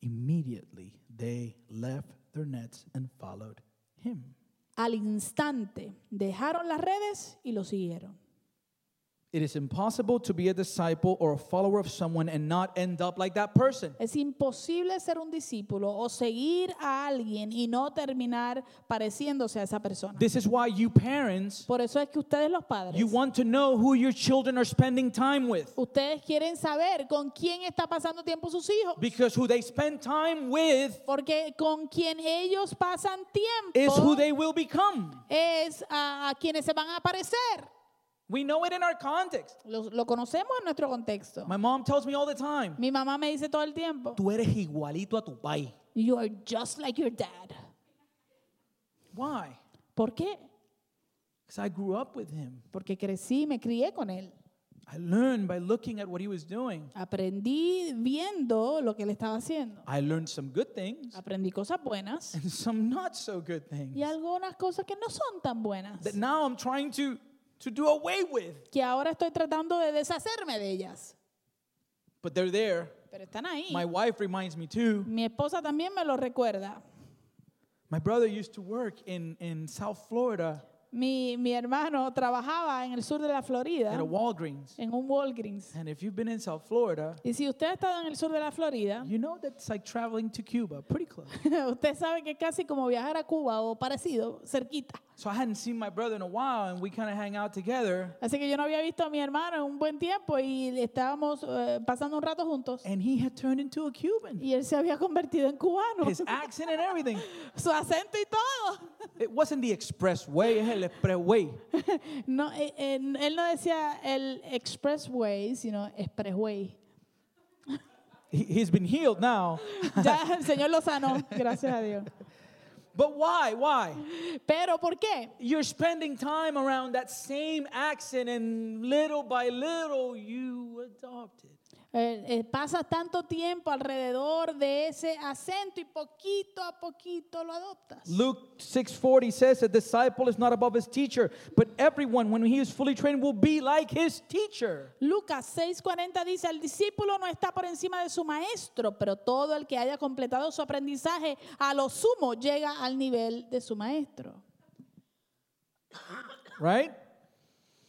Immediately they left their nets and followed him. Al instante dejaron las redes y lo siguieron. It is impossible to be a disciple or a follower of someone and not end up like that person. Es imposible ser un discípulo o seguir a alguien y no terminar pareciéndose a esa persona. This is why you parents, Por eso es que ustedes los padres, you want to know who your children are spending time with. ustedes quieren saber con quién está pasando tiempo sus hijos. Because who they spend time with Porque con quien ellos pasan is who tiempo they will become. es a, a quienes se van a aparecer. We know it in our context. Lo, lo conocemos en nuestro contexto. My mom tells me all the time, Mi mamá me dice todo el tiempo, tú eres igualito a tu pai. you are just like your dad. Why? ¿Por qué? Because I grew up with him. Porque crecí, me crié con él. I learned by looking at what he was doing. Aprendí viendo lo que él estaba haciendo. I learned some good things Aprendí cosas buenas and some not so good things y algunas cosas que no son tan buenas, that now I'm trying to, to do away with. que ahora estoy tratando de deshacerme de ellas. But they're there. Pero están ahí. My wife reminds me too. Mi esposa también me lo recuerda. My brother used to work in, in South Florida Mi, mi hermano trabajaba en el sur de la Florida, at a Walgreens. en un Walgreens. And if you've been in South Florida, Y si usted ha estado en el sur de la Florida, you know that's like traveling to Cuba, pretty close. *laughs* usted sabe que es casi como viajar a Cuba o parecido, cerquita. so I hadn't seen my brother in a while, and we kind of hang out together. Así que yo no había visto a mi hermano en un buen tiempo y estábamos eh, pasando un rato juntos. And he had turned into a Cuban. Y él se había convertido en cubano. His accent and everything. *laughs* Su acento y todo. It wasn't the eh, expressway, es el expressway. No, eh, eh, él no decía el expressway, sino expressway. He- He's been healed now. Ya el Señor lo sanó, gracias a Dios. But why? Why? Pero ¿por qué? You're spending time around that same accent, and little by little, you adopt it. Eh, eh, pasas tanto tiempo alrededor de ese acento y poquito a poquito lo adoptas. Luke 6:40 says a disciple is not above his teacher, but everyone when he is fully trained will be like his teacher. Lucas 6:40 dice, el discípulo no está por encima de su maestro, pero todo el que haya completado su aprendizaje a lo sumo llega al nivel de su maestro. Right?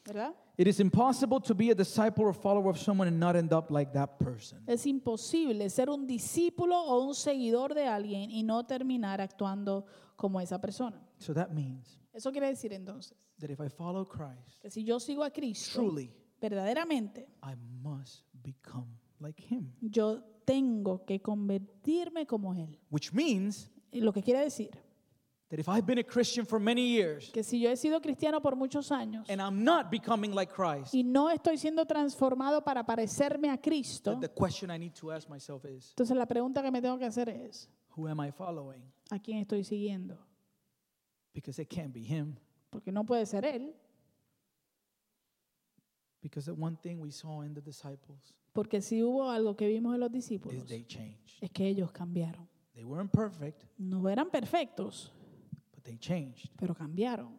¿Verdad? It is impossible to be a disciple or follower of someone and not end up like that person. Es imposible ser un discípulo o un seguidor de alguien y no terminar actuando como esa persona. So that means Eso quiere decir entonces that if I follow Christ que si yo sigo a Cristo truly, verdaderamente, I must become like him, yo tengo que convertirme como Él. which means Y Lo que quiere decir that if I've been a Christian for many years que si yo he sido cristiano por muchos años and I'm not becoming like Christ, y no estoy siendo transformado para parecerme a Cristo, then the question I need to ask myself is, entonces la pregunta que me tengo que hacer es, who am I following? ¿a quién estoy siguiendo? Because it can't be him. Porque no puede ser Él. Because the one thing we saw in the disciples Porque si hubo algo que vimos en los is discípulos, they changed. es que ellos cambiaron. They weren't perfect, No eran perfectos, but they changed pero cambiaron.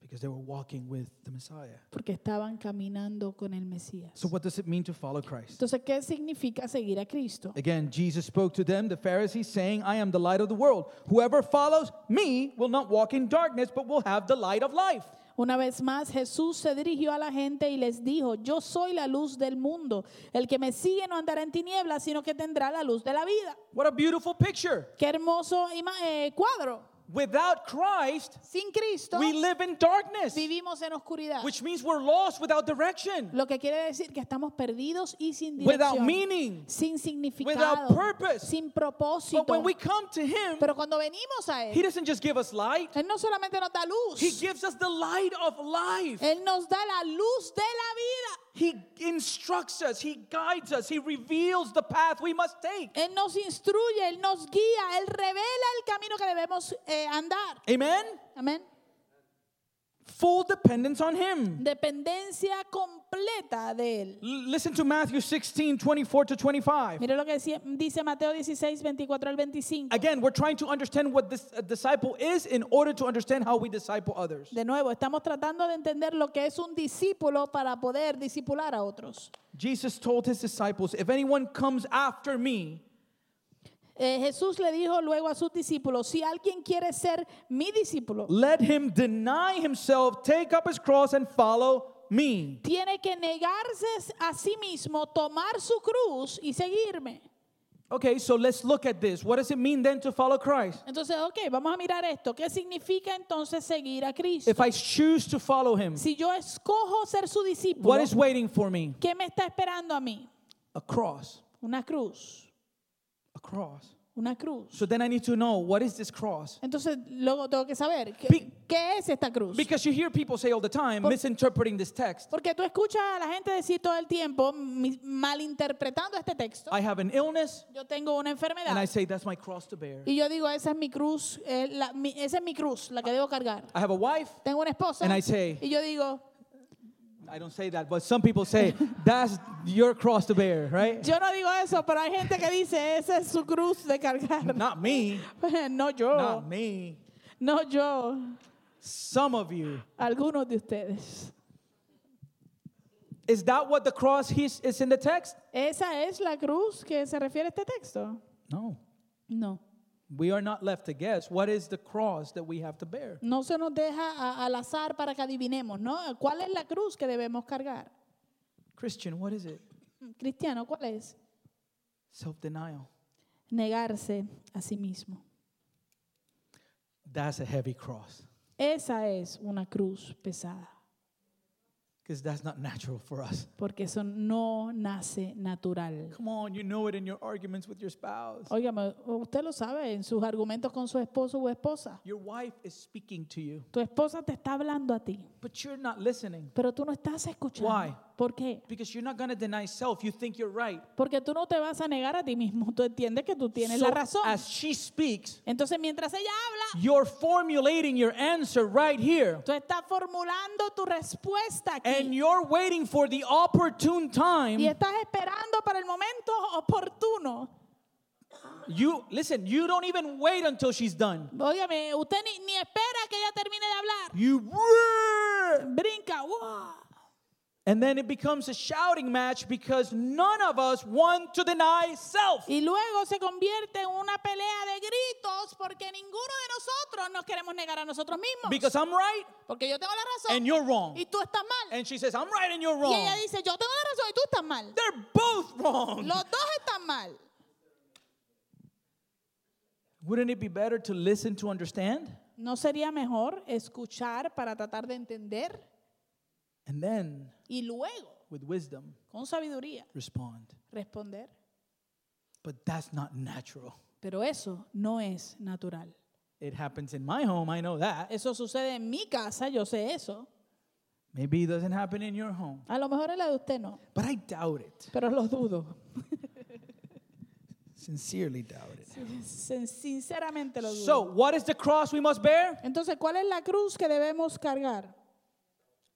because they were walking with the Messiah. Porque estaban caminando con el Mesías. So, what does it mean to follow Christ? Entonces, ¿qué significa seguir a Cristo? Again, Jesus spoke to them, the Pharisees, saying, I am the light of the world. Whoever follows me will not walk in darkness, but will have the light of life. Una vez más, Jesús se dirigió a la gente y les dijo, yo soy la luz del mundo. El que me sigue no andará en tinieblas, sino que tendrá la luz de la vida. What a beautiful picture. Qué hermoso ima- eh, cuadro. Without Christ, Sin Cristo we live in darkness, vivimos en oscuridad. which means we're lost without direction, Lo que quiere decir que estamos perdidos y sin without dirección, meaning. sin without significado, purpose. sin But propósito. when we come to Him, Pero cuando venimos a He Él, doesn't just give us light, Él no solamente nos da He luz, gives us the light of life. Él nos da la luz de la vida. He instructs us, He guides us, He reveals the path we must take. Él nos instruye, Él nos guía, Él revela el camino que debemos eh, andar. Amen? Amén. Full dependence on Him. Dependencia completa de Él. L- listen to Matthew 16 24 to 25. Mire lo que decía- dice Mateo 16, 24 al 25. Again, we're trying to understand what this a disciple is in order to understand how we disciple others. De nuevo, estamos tratando de entender lo que es un discípulo para poder discipular a otros. Jesus told his disciples, If anyone comes after me, Eh, Jesús le dijo luego a sus discípulos, si alguien quiere ser mi discípulo, let him deny himself, take up his cross, and follow me. tiene que negarse a sí mismo, tomar su cruz y seguirme. Okay, so let's look at this. What does it mean then to follow Christ? Entonces, ok, vamos a mirar esto. ¿Qué significa entonces seguir a Cristo? If I choose to follow him, Si yo escojo ser su discípulo, what is waiting for me? ¿qué me está esperando a mí? A cross. Una cruz, A cross. una cruz. So then I need to know what is this cross? Entonces, luego tengo que saber, ¿qué, Be- qué es esta cruz? Because you hear people say all the time, misinterpreting this text. Porque tú escuchas a la gente decir todo el tiempo, mi- malinterpretando este texto, I have an illness, yo tengo una and I enfermedad. say that's my cross to bear. Y yo digo, esa es mi cruz, eh, la- mi- esa es mi cruz, la que debo cargar. I have a wife. Tengo una esposa. And I say- y yo digo, I don't say that, but some people *laughs* say that's your cross to bear, right? yo no digo eso, pero hay gente que dice, esa es su cruz de cargar. *laughs* Not me. no yo, Not me. no yo, Some of you. algunos de ustedes. Is that what the cross is, is in the text? ¿Esa es la cruz que se refiere este texto? No. No. We are not left to guess what is the cross that we have to bear. No se nos deja a- al azar para que adivinemos, ¿no? ¿Cuál es la cruz que debemos cargar? Christian, what is it? Cristiano, ¿cuál es? Self denial. Negarse a sí mismo. That's a heavy cross Esa es una cruz pesada, because that's not natural for us. porque eso no nace natural. Come on, you know it in your arguments with your spouse. Óigame, usted lo sabe en sus argumentos con su esposo o esposa. Your wife is speaking to you, Tu esposa te está hablando a ti, but you're not listening pero tú no estás escuchando. Why? ¿Por qué? because you're not going to deny self. You think you're right. Porque tú no te vas a negar a ti mismo. Tú entiendes que tú tienes So la razón. As she speaks, Entonces, mientras ella habla, you're formulating your answer right here, tú estás formulando tu respuesta aquí. and you're waiting for the opportune y time. estás esperando para el momento oportuno. You listen. You don't even wait until she's done. Óigame, usted ni, ni espera que ella termine de hablar. You Brinca. ¡guau! and then it becomes a shouting match because none of us want to deny self. Y luego se convierte en una pelea de gritos porque ninguno de nosotros nos queremos negar a nosotros mismos. Because I'm right porque yo tengo la and razón you're wrong. y tú estás mal. And she says, I'm right and you're Y ella wrong. dice, yo tengo la razón y tú estás mal. They're both wrong. Los dos están mal. Wouldn't it be better to listen to understand ¿No sería mejor escuchar para tratar de entender and then y luego, with wisdom con sabiduría, respond? responder? But that's not natural. Pero eso no es natural. It happens in my home, I know that. Eso sucede en mi casa, yo sé eso. Maybe it doesn't happen in your home, A lo mejor en la de usted no, but I doubt it. pero lo dudo. Sincerely doubt it. Sin- Sinceramente lo dudo. So, what is the cross we must bear? Entonces, ¿cuál es la cruz que debemos cargar?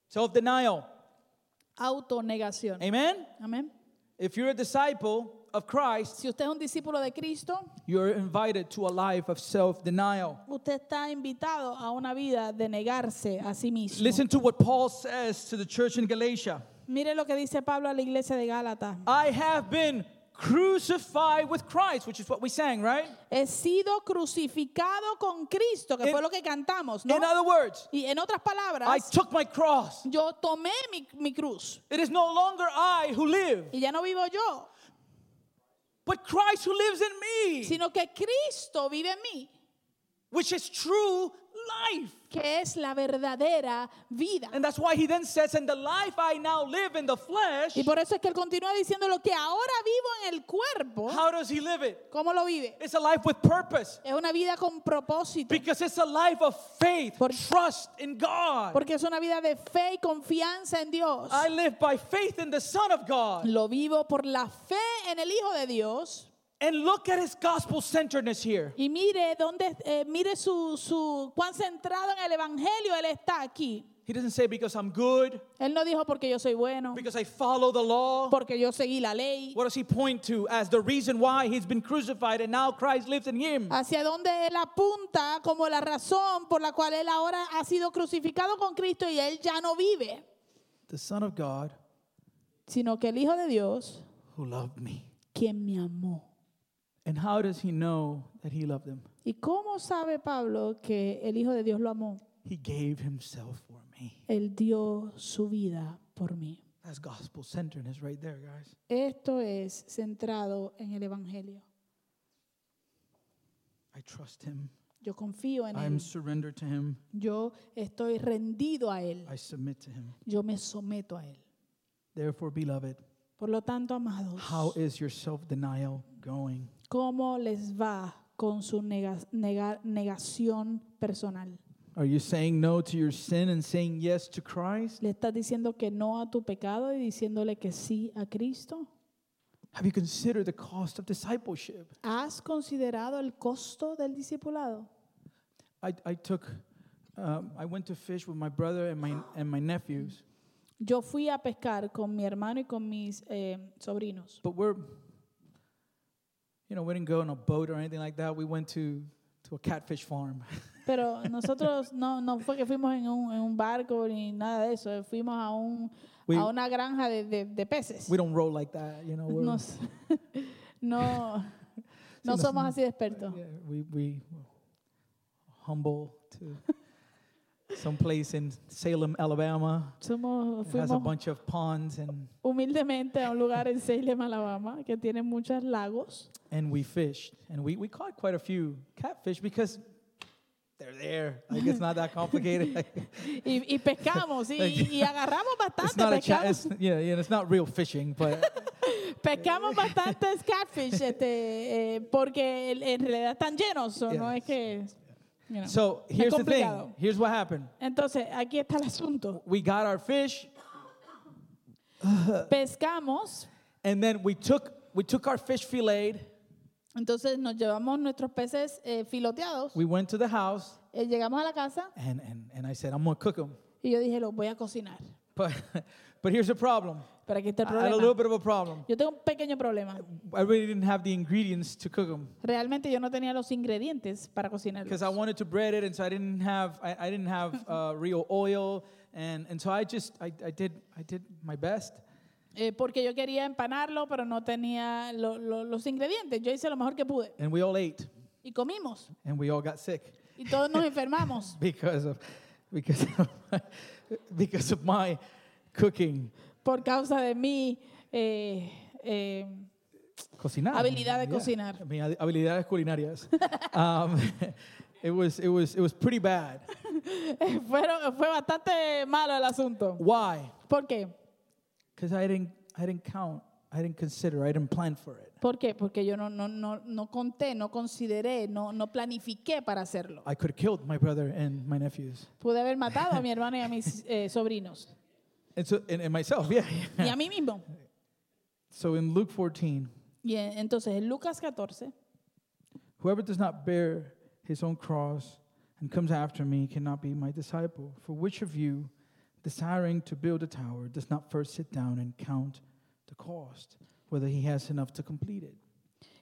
Self denial. Autonegación. Amen? Amén. If you're a disciple of Christ, Si usted es un discípulo de Cristo, you're invited to a life of self denial. usted está invitado a una vida de negarse a sí mismo. Listen to what Paul says to the church in Galatia Mire lo que dice Pablo a la iglesia de Gálatas. I have been crucified with Christ, which is what we sang, right? He sido crucificado con Cristo, que In- fue lo que cantamos, ¿no? In other words, Y en otras I palabras, took my cross. yo tomé mi, mi cruz It is no longer I who live, y ya no vivo yo, but Christ who lives in me, sino que Cristo vive en mí, which is true life. que es la verdadera vida. And that's why he then says, And the life I now live in the flesh, Y por eso es que él continúa diciendo lo que ahora vivo en el cuerpo, how does he live it? ¿cómo lo vive? It's a life with purpose. Es una vida con propósito, Because it's a life of faith, Por- trust in God. porque es una vida de fe y confianza en Dios. I live by faith in the Son of God. Lo vivo por la fe en el Hijo de Dios. And look at his gospel centeredness here. Y mire dónde, eh, mire su, su cuán centrado en el evangelio él está aquí. He doesn't say because I'm good, Él no dijo porque yo soy bueno, because I follow the law. porque yo seguí la ley. What does he point to as the reason why he's been crucified and now Christ lives in him? Hacia dónde él apunta como la razón por la cual él ahora ha sido crucificado con Cristo y él ya no vive, The Son of God sino que el Hijo de Dios, who loved me. quien me amó. And how does he know that he loved him? ¿Y cómo sabe Pablo que el Hijo de Dios lo amó? He gave himself for me. Él dio su vida por mí. That's gospel centeredness right there, guys. Esto es centrado en el evangelio. I trust him. Yo confío en I'm él. surrendered to him. Yo estoy rendido a Él. I submit to him. Yo me someto a Él. Therefore, beloved, Por lo tanto, amados, how is your self denial going? ¿cómo les va con su nega- nega- negación personal? Are you saying no to your sin and saying yes to Christ? ¿Le estás diciendo que no a tu pecado y diciéndole que sí a Cristo? Have you considered the cost of discipleship? ¿Has considerado el costo del discipulado? I, I took, um, I went to fish with my brother and my, and my nephews, Yo fui a pescar con mi hermano y con mis eh, sobrinos. but we're, you know, we didn't go on a boat or anything like that. We went to, to a catfish *laughs* farm. Pero nosotros no, no fue que fuimos en un, en un barco ni nada de eso. Fuimos a, un, We- a una granja de, de- de peces. We don't roll like that, you know. We're, Nos- no, no nos- somos así de expertos. yeah, we, we humble *laughs* to some place in Salem, Alabama. Somos, It has a fuimos bunch of ponds and, humildemente a un lugar en Salem, Alabama, que tiene muchos lagos. and we fished and we, we caught quite a few catfish because they're there. Like it's not that *laughs* complicated. Like, Y, y pescamos, y, y agarramos it's not bastante, a cha- pescamos, it's, yeah, yeah, it's not real fishing, *laughs* but pescamos bastantes catfish, este, eh, porque el- en realidad están llenos, o no Yeah. es que... you know. so here's the complicado. thing. Here's what happened. Entonces, aquí está el asunto. We got our fish Pescamos, and then we took we took our fish filleted. entonces nos llevamos nuestros peces eh, filoteados, We went to the house eh, llegamos a la casa and, and, and I said, I'm gonna cook them. y yo dije, los voy a cocinar. *laughs* But but here's the problem. Pero aquí está el I had a little problema. bit of a problem. Yo tengo un pequeño problema. I really didn't have the ingredients to cook them Realmente yo no tenía los ingredientes para cocinarlos. because I wanted to bread it, and so I didn't have I, I didn't *laughs* have uh, real oil, and, and so I just I, I did I did my best. Eh, porque yo quería empanarlo, pero no tenía lo- lo- los ingredientes. Yo hice lo mejor que pude. and we all ate Y comimos. and we all got sick *laughs* Y todos nos enfermamos because of because of *laughs* my, because of my cooking por causa de mi eh, eh, *laughs* cocinar Habilidad de Yeah. cocinar. I mean, hab- habilidades culinarias *laughs* um, it was it was it was pretty bad fueron- fue bastante malo el asunto. why ¿Por qué? because I didn't I didn't count I didn't consider I didn't plan for it ¿Por qué? Porque yo no, no, no, no conté, no consideré, no, no planifiqué para hacerlo. I could have killed my brother and my nephews Pude haber matado a mi hermano y a mis eh, sobrinos. and so and, and myself *laughs* yeah Y a mí mismo. so in Luke 14 Y eh, entonces en Lucas 14, Whoever does not bear his own cross and comes after me cannot be my disciple. For which of you, desiring to build a tower, does not first sit down and count the cost? whether he has enough to complete it.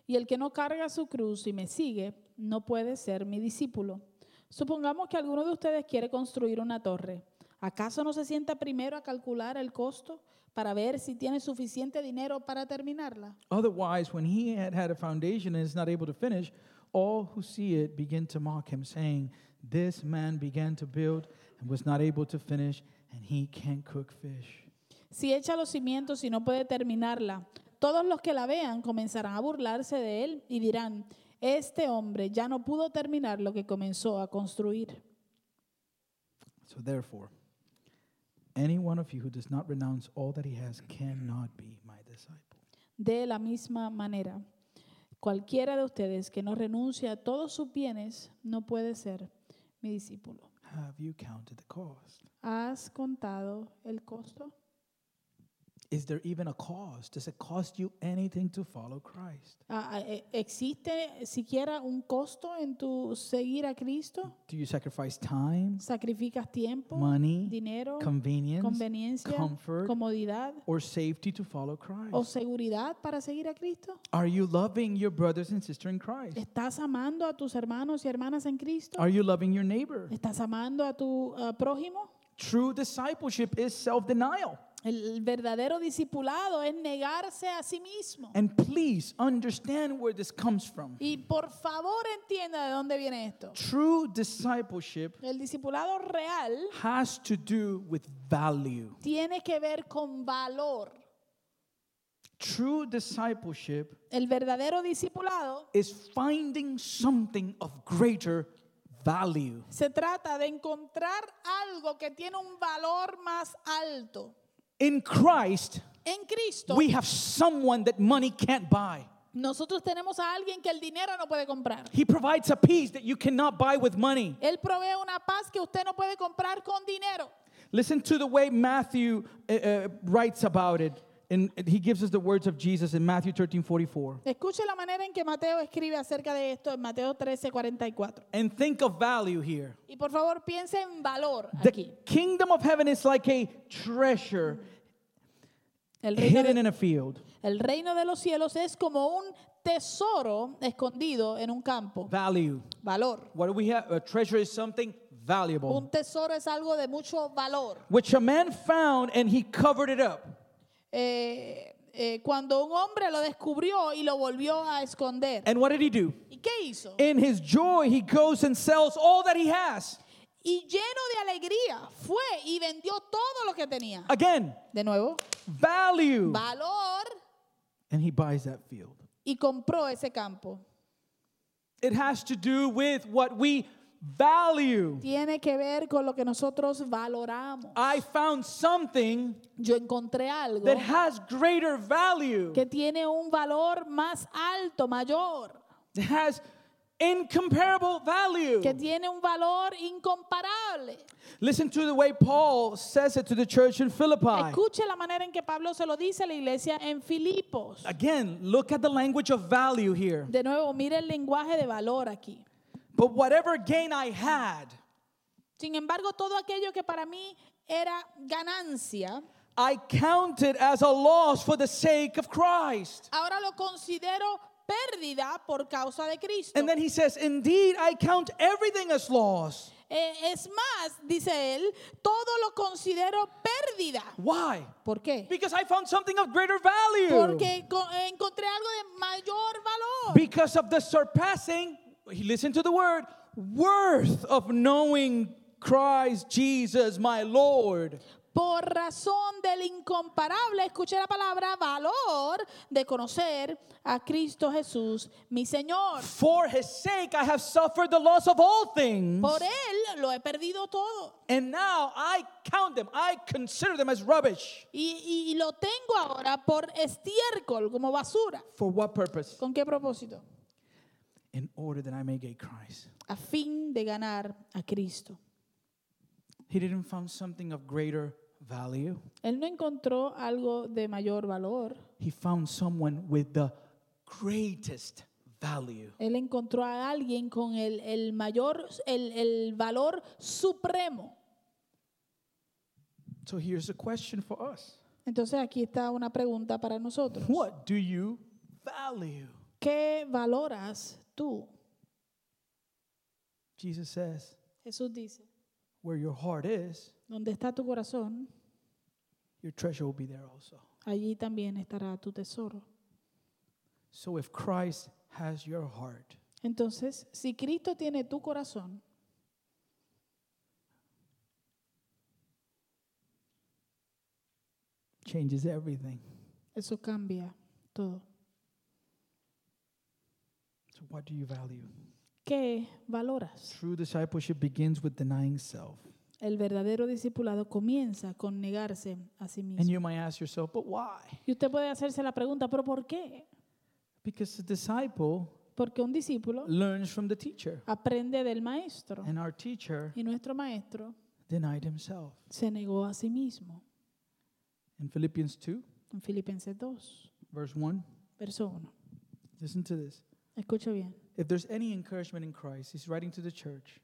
Y el que no carga su cruz y me sigue no puede ser mi discípulo. Supongamos que alguno de ustedes quiere construir una torre. ¿Acaso no se sienta primero a calcular el costo para ver si tiene suficiente dinero para terminarla? Otherwise, when he had had a foundation and is not able to finish, all who see it begin to mock him, saying, This man began to build and was not able to finish, and he can't cook fish. Si echa los cimientos y no puede terminarla, todos los que la vean comenzarán a burlarse de él y dirán, este hombre ya no pudo terminar lo que comenzó a construir. So, therefore, any one of you who does not renounce all that he has cannot be my disciple. De la misma manera, cualquiera de ustedes que no renuncie a todos sus bienes no puede ser mi discípulo. Have you counted the cost? ¿Has contado el costo? Is there even a cost? Does it cost you anything to follow Christ? Ah, ah, eh, ¿Existe siquiera un costo en tu seguir a Cristo? Do you sacrifice time, ¿Sacrificas tiempo, money, dinero, convenience, conveniencia, comfort, comodidad or safety to follow o Christ? seguridad para seguir a Cristo? Are you loving your brothers and sisters in Christ? ¿Estás amando a tus hermanos y hermanas en Cristo? Are you loving your neighbor? ¿Estás amando a tu ah, prójimo? True discipleship is self denial. El verdadero discipulado es negarse a sí mismo. And please understand where this comes from. Y por favor entienda de dónde viene esto. True discipleship El discipulado real has to do with value. tiene que ver con valor. True discipleship El verdadero discipulado is finding something of greater value. se trata de encontrar algo que tiene un valor más alto. In Christ, En Cristo, we have someone that money can't buy. nosotros tenemos a alguien que el dinero no puede comprar. He provides a peace that you cannot buy with money. Él provee una paz que usted no puede comprar con dinero. Listen to the way Matthew uh, uh, writes about it. And he gives us the words of Jesus in Matthew 13 44. Escuche la manera en que Mateo escribe acerca de esto en Mateo 13, 44. And think of value here. Y por favor piense en valor The aquí. kingdom of heaven is like a treasure *laughs* El reino, hidden de, in a field. el reino de los cielos es como un tesoro escondido en un campo. Value. Valor. What do we have? A treasure is something valuable, Un tesoro es algo de mucho valor. which a man found and he covered it up. Eh, eh, cuando un hombre lo descubrió y lo volvió a esconder. And what did he do? ¿Y qué hizo? In his joy, he goes and sells all that he has. Y lleno de alegría fue y vendió todo lo que tenía. Again, De nuevo, value. valor And he buys that field. y compró ese campo. It has to do with what we value. Tiene que ver con lo que nosotros valoramos. I found something Yo encontré algo that has greater value, que tiene un valor más alto, mayor, that has incomparable value. que tiene un valor incomparable. Listen to the way Paul says it to the church in Philippi. Escuche la manera en que Pablo se lo dice a la iglesia en Filipos. Again, look at the language of value here. De nuevo, mire el lenguaje de valor aquí. But whatever gain I had, Sin embargo, todo aquello que para mí era ganancia, I counted as a loss for the sake of Christ. ahora lo considero pérdida por causa de Cristo. And then he says, Indeed, I count everything as loss. Eh, es más, dice él, todo lo considero pérdida. Why? ¿Por qué? Because I found something of greater value. Porque co- encontré algo de mayor valor. Because of the surpassing, listen to the word, worth of knowing Christ Jesus, my Lord. Por razón del incomparable, escuché la palabra valor de conocer a Cristo Jesús, mi Señor. For his sake, I have suffered the loss of all things. Por él lo he perdido todo. And now I count them, I consider them as rubbish. Y, y lo tengo ahora por estiércol, como basura. For what purpose? ¿Con qué propósito? In order that I may gain Christ. A fin de ganar a Cristo. He didn't find something of greater value. Él no encontró algo de mayor valor. He found someone with the greatest value. Él encontró a alguien con el, el mayor, el, el valor supremo. So here's a question for us. Entonces aquí está una pregunta para nosotros. What do you value? ¿Qué valoras tú? Jesus says, Jesús dice, where your heart is, ¿dónde está tu corazón? your treasure will be there also. Allí también estará tu tesoro. So if Christ has your heart, Entonces, si Cristo tiene tu corazón, changes everything. eso cambia todo. So what do you value? ¿Qué valoras? True discipleship begins with denying self. El verdadero discipulado comienza con negarse a sí And mismo. you might ask yourself, but why? Y usted puede hacerse la pregunta, ¿pero por qué? Because the disciple Porque un discípulo learns from the teacher. aprende del maestro. And our teacher Y nuestro maestro denied himself. se negó a sí mismo. In Philippians 2, En Filipenses 2, verse 1, verso 1. listen to this. Escucha bien. If there's any encouragement in Christ, he's writing to the church.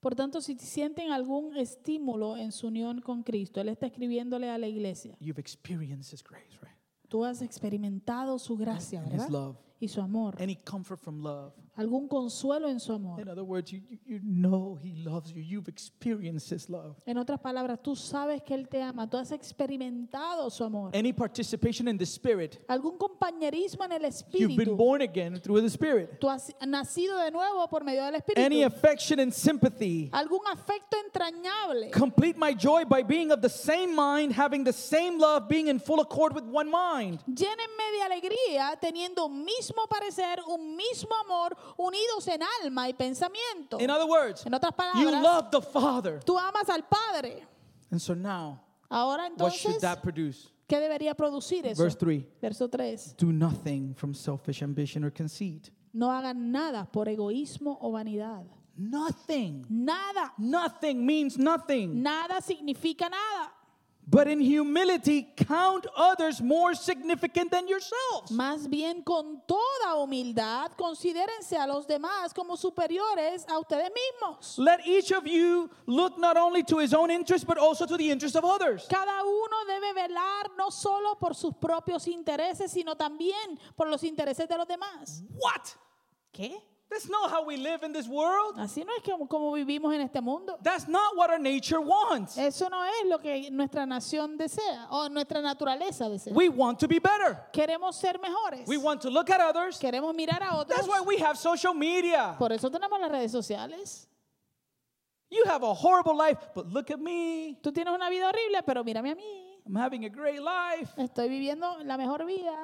Por tanto, si sienten algún estímulo en su unión con Cristo, Él está escribiéndole a la iglesia. You've experienced his grace, right? Tú has experimentado su gracia, And his ¿verdad? love. Y su amor. Any comfort from love. Algún consuelo en su In amor. other words, you, you, you know he loves you. You've experienced his love. En otras palabras, tú sabes que Él te ama. Tú has experimentado su amor. Any participation in the Spirit. Algún compañerismo en el You've been Espíritu. born again through the Spirit. Tú has nacido de nuevo por medio del Any Espíritu. affection and sympathy. Algún afecto entrañable. Complete my joy by being of the same mind, having the same love, being in full accord with one mind. Llénenme de alegría, teniendo un mismo parecer, un mismo amor, unidos en alma y pensamiento. In other words, En otras you palabras, love the Father. tú amas al Padre. And so now, Ahora what entonces, should that produce? ¿qué debería producir eso? Verse 3 Verso 3. Do nothing from selfish ambition or conceit. No hagan nada por egoísmo o vanidad. Nothing. Nada. Nothing means nothing. Nada significa nada. But in humility, count others more significant than yourselves. Más bien con toda humildad, considérense a los demás como superiores a ustedes mismos. Let each of you look not only to his own interest, but also to the interest of others. Cada uno debe velar no solo por sus propios intereses, sino también por los intereses de los demás. What? ¿Qué? That's not how we live in this world. Así no es como, como vivimos en este mundo. That's not what our nature wants. Eso no es lo que nuestra nación desea o nuestra naturaleza desea. We want to be better. Queremos ser mejores. We want to look at others. Queremos mirar a otros. That's why we have social media. Por eso tenemos las redes sociales. You have a horrible life, but look at me. Tú tienes una vida horrible, pero mírame a mí. I'm having a great life. Estoy viviendo la mejor vida.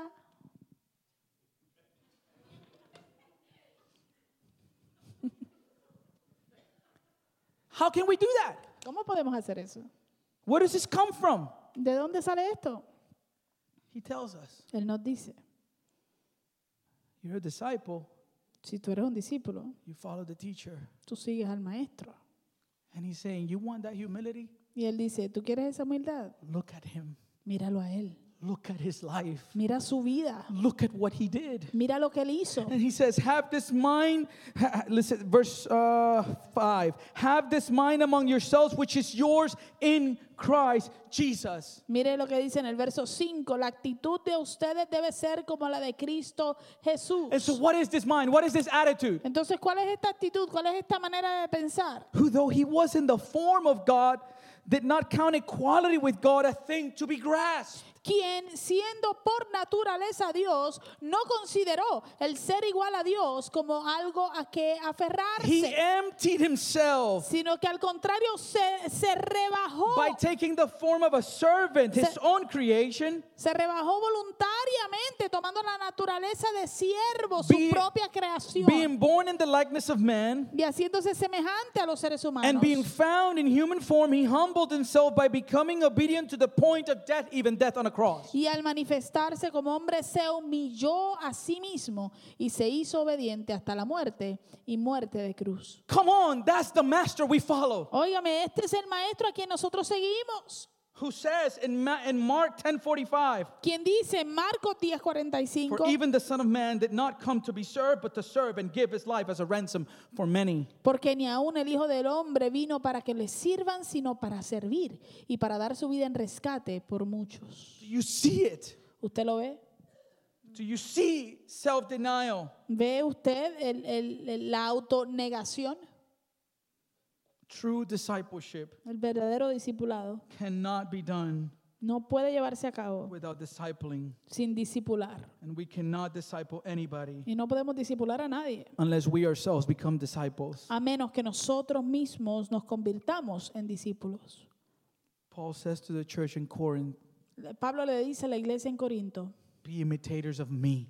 How can we do that? ¿Cómo podemos hacer eso? Where does this come from? ¿De dónde sale esto? He tells us Él nos dice, you're a disciple, si tú eres un discípulo, you follow the teacher. tú sigues al maestro. And he's saying, You want that humility? Y él dice, ¿tú quieres esa humildad? Look at him. Míralo a él. Look at his life. Mira su vida. Look at what he did. Mira lo que él hizo. And he says, Have this mind, listen, verse uh, 5. Have this mind among yourselves, which is yours in Christ Jesus. Mire lo que dice en el verso 5. La actitud de ustedes debe ser como la de Cristo Jesús. And so, what is this mind? What is this attitude? Entonces, ¿cuál es esta actitud? ¿Cuál es esta manera de pensar? Who, though he was in the form of God, did not count equality with God a thing to be grasped. Quien, siendo por naturaleza Dios, no consideró el ser igual a Dios como algo a que He aferrarse, emptied himself sino que al contrario se, se rebajó, by taking the form of a servant, his Se- own creation, se rebajó voluntariamente, tomando la naturaleza de siervo, Be- su propia creación, being born in the likeness of man. y haciéndose semejante a los seres And humanos. being found in human form, he humbled himself by becoming obedient to the point of death, even death on a cross. Y al manifestarse como hombre se humilló a sí mismo y se hizo obediente hasta la muerte y muerte de cruz. Come on, that's the master we follow. Óigame, este es el maestro a quien nosotros seguimos. who says in, Ma- in Mark 10:45, Quien dice Marcos "For 10:45, even the Son of Man did not come to be served, but to serve and give his life as a ransom for many." porque ni aun el Hijo del Hombre vino para que le sirvan, sino para servir y para dar su vida en rescate por muchos. Do you see it? ¿Usted lo ve? Do you see self-denial? ¿Ve usted el- el- el- la autonegación? True discipleship El verdadero discipulado cannot be done no puede llevarse a cabo without discipling, sin discipular. and we cannot disciple anybody Y no podemos discipular a nadie, unless we ourselves become disciples. a menos que nosotros mismos nos convirtamos en discípulos. Paul says to the church in Corinth, Pablo le dice a la iglesia en Corinto, "Be imitators of me,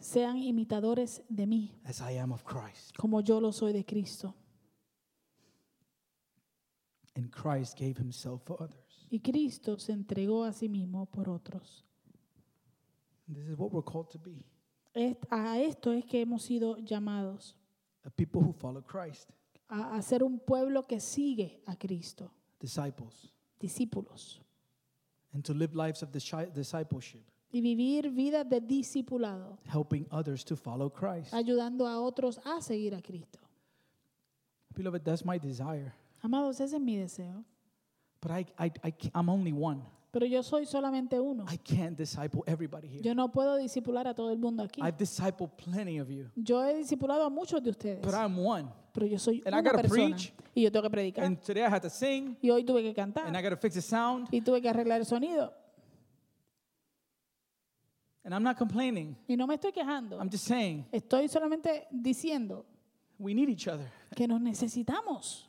sean imitadores de mí, as I am of Christ." como yo lo soy de Cristo. And Christ gave himself for others. Y Cristo se entregó a sí mismo por otros. And this is what we're called to be. Est- A esto es que hemos sido llamados, a people who follow Christ, a, a ser un pueblo que sigue a Cristo, disciples, discípulos, and to live lives of disci- discipleship, y vivir vidas de discipulado, helping others to follow Christ. ayudando a otros a seguir a Cristo. Beloved, that's my desire. Amados, ese es mi deseo. But I, I, I ca- I'm only one. Pero yo soy solamente uno. I can't disciple everybody here. Yo no puedo discipular a todo el mundo aquí. I've discipled plenty of you, Yo he discipulado a muchos de ustedes, but I'm one. pero yo soy and I una gotta persona preach. y yo tengo que predicar. And today I had to sing, Y hoy tuve que and I cantar got to fix the sound, y tuve que arreglar el sonido. and I'm not complaining. Y no me estoy quejando. I'm just saying Estoy solamente diciendo we need each other. que nos necesitamos.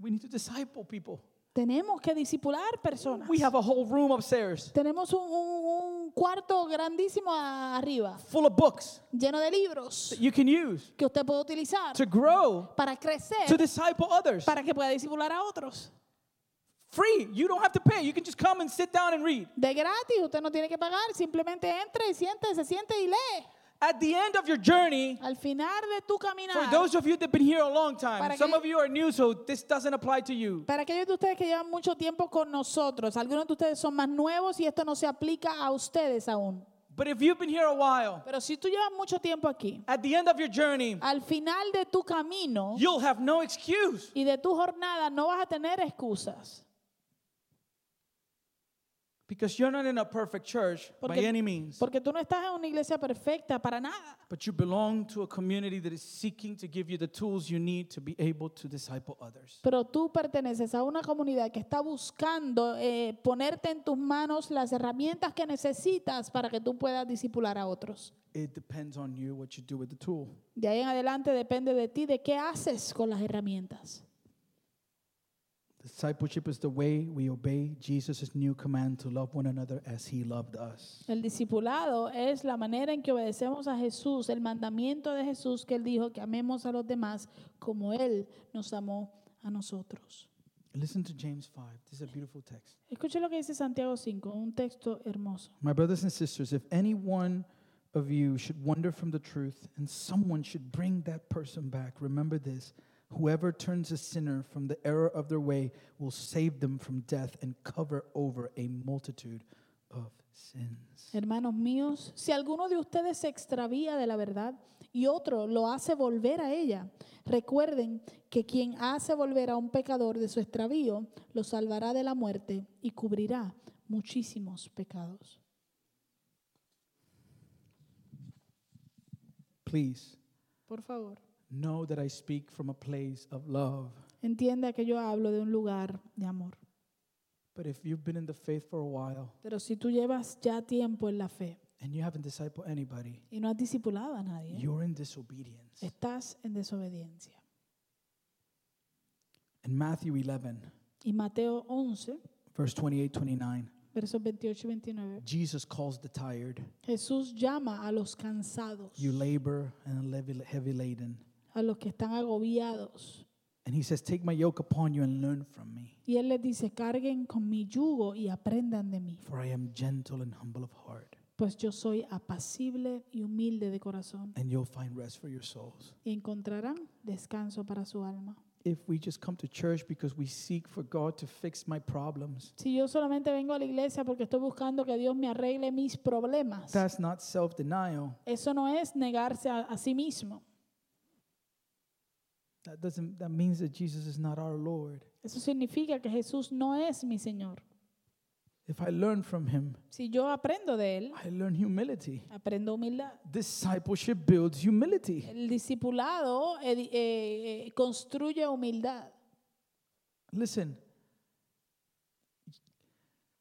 We need to disciple people. Tenemos que discipular personas. We have a whole room upstairs Tenemos un, un- un cuarto grandísimo a- arriba, full of books lleno de libros that you can use que usted puede utilizar to grow, para to crecer, disciple others. para que pueda discipular a otros. free. You don't have to pay. You can just come and sit down and read. De gratis, usted no tiene que pagar, simplemente entra y siente, se siente y lee. At the end of your journey, Al final de tu for caminar, those of you that have been here a long time, Para some que- of you are new, so this doesn't apply to you. para aquellos de ustedes que llevan mucho tiempo con nosotros, algunos de ustedes son más nuevos y esto no se aplica a ustedes aún. But if you've been here a while, Pero si tú llevas mucho tiempo aquí, at the end of your journey, al final de tu camino you'll have no excuse. y de tu jornada no vas a tener excusas, Because you're not in a perfect church by Porque- any means, porque tú no estás en una iglesia perfecta para nada, but you belong to a community that is seeking to give you the tools you need to be able to disciple others. pero tú perteneces a una comunidad que está buscando eh, ponerte en tus manos las herramientas que necesitas para que tú puedas discipular a otros. It depends on you what you do with the tool. De ahí en adelante depende de ti de qué haces con las herramientas. Discipleship is the way we obey Jesus' new command to love one another as he loved us. El discipulado es la manera en que obedecemos a Jesús, el mandamiento de Jesús que él dijo que amemos a los demás como él nos amó a nosotros. Listen to James 5. This is a beautiful text. Escuche lo que dice Santiago 5, un texto hermoso. My brothers and sisters, if any one of you should wander from the truth and someone should bring that person back, remember this whoever turns a sinner from the error of their way will save them from death and cover over a multitude of sins. Hermanos míos, si alguno de ustedes se extravía de la verdad y otro lo hace volver a ella, recuerden que quien hace volver a un pecador de su extravío lo salvará de la muerte y cubrirá muchísimos pecados. Please Por favor, know that I speak from a place of love. entienda que yo hablo de un lugar de amor. But if you've been in the faith for a while, Pero si tú llevas ya tiempo en la fe and you haven't discipled anybody, y no has discipulado a nadie, you're in disobedience. estás en desobediencia. In Matthew 11, Y Mateo 11, verse 28 29, versos 28 y 29, Jesus calls the tired. Jesús llama a los cansados. You labor and are levi- heavy laden. a los que están agobiados. And he says, Take my yoke upon you and learn from me, Y él les dice, carguen con mi yugo y aprendan de mí, for I am gentle and humble of heart, pues yo soy apacible y humilde de corazón, and you'll find rest for your souls. y encontrarán descanso para su alma. if we just come to church because we seek for God to fix my problems. Si yo solamente vengo a la iglesia porque estoy buscando que Dios me arregle mis problemas, That's not self denial. eso no es negarse a, a sí mismo. That doesn't that means that Jesus is not our Lord. Eso significa que Jesús no es mi Señor. If I learn from him, Si yo aprendo de Él, I learn humility. aprendo humildad. Discipleship builds humility. El discipulado edi- eh, eh, construye humildad. Listen,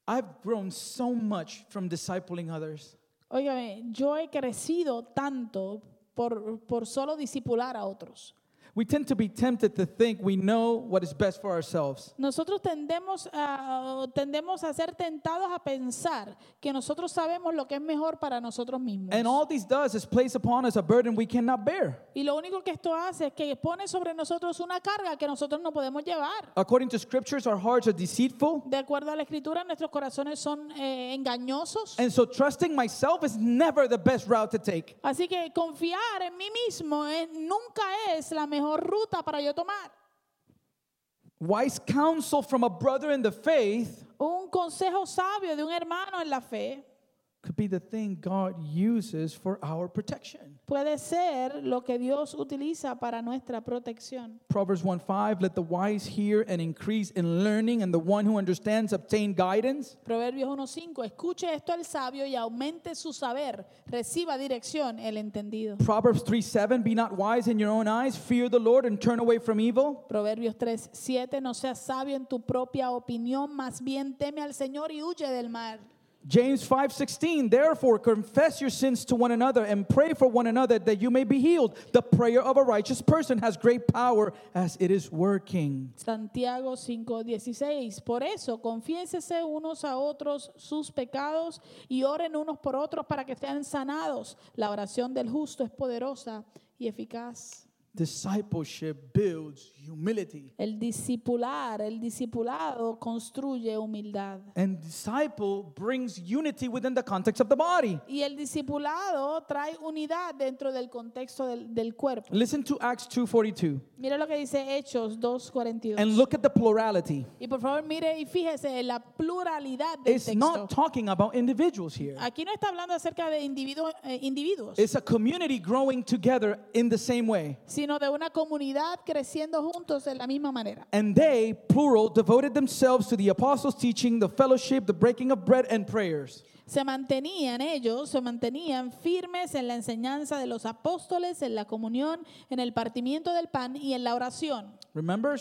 I've grown so much from discipling others. Óigame, yo he crecido tanto por, por solo discipular a otros. We tend to be tempted to think we know what is best for ourselves. Nosotros tendemos a, tendemos a ser tentados a pensar que nosotros sabemos lo que es mejor para nosotros mismos. And all this does is place upon us a burden we cannot bear. Y lo único que esto hace es que pone sobre nosotros una carga que nosotros no podemos llevar. According to scriptures, our hearts are deceitful. De acuerdo a la escritura, nuestros corazones son eh, engañosos. And so trusting myself is never the best route to take. Así que confiar en mí mismo eh, nunca es la mejor ruta para yo tomar. Wise counsel from a brother in the faith Un consejo sabio de un hermano en la fe could be the thing God uses for our protection. puede ser lo que Dios utiliza para nuestra protección. Proverbs 1:5 Let the wise hear and increase in learning and the one who understands obtain guidance. Proverbios 1.5, escuche esto el sabio y aumente su saber, reciba dirección el entendido. Proverbs 3:7 Be not wise in your own eyes, fear the Lord and turn away from evil. Proverbios 3.7, no seas sabio en tu propia opinión, más bien teme al Señor y huye del mal. James 5:16 Therefore confess your sins to one another and pray for one another that you may be healed. The prayer of a righteous person has great power as it is working. Santiago 5:16. Por eso, confiésese unos a otros sus pecados y oren unos por otros para que sean sanados. La oración del justo es poderosa y eficaz. Discipleship builds humility. El discipular, el discipulado construye humildad. And disciple brings unity within the context of the body. Y el discipulado trae unidad dentro del contexto del, del cuerpo. Listen to Acts 2:42 Mira lo que dice Hechos and 2:42. look at the plurality. Y por favor, mire y fíjese en la pluralidad del It's texto. not talking about individuals here. Aquí no está hablando acerca de individuos, eh, individuos. It's a community growing together in the same way. sino de una comunidad creciendo juntos de la misma manera. And they, plural, devoted themselves to the apostles' teaching, the fellowship, the breaking of bread, and prayers. Se mantenían ellos, se mantenían firmes en la enseñanza de los apóstoles, en la comunión, en el partimiento del pan y en la oración. Remember?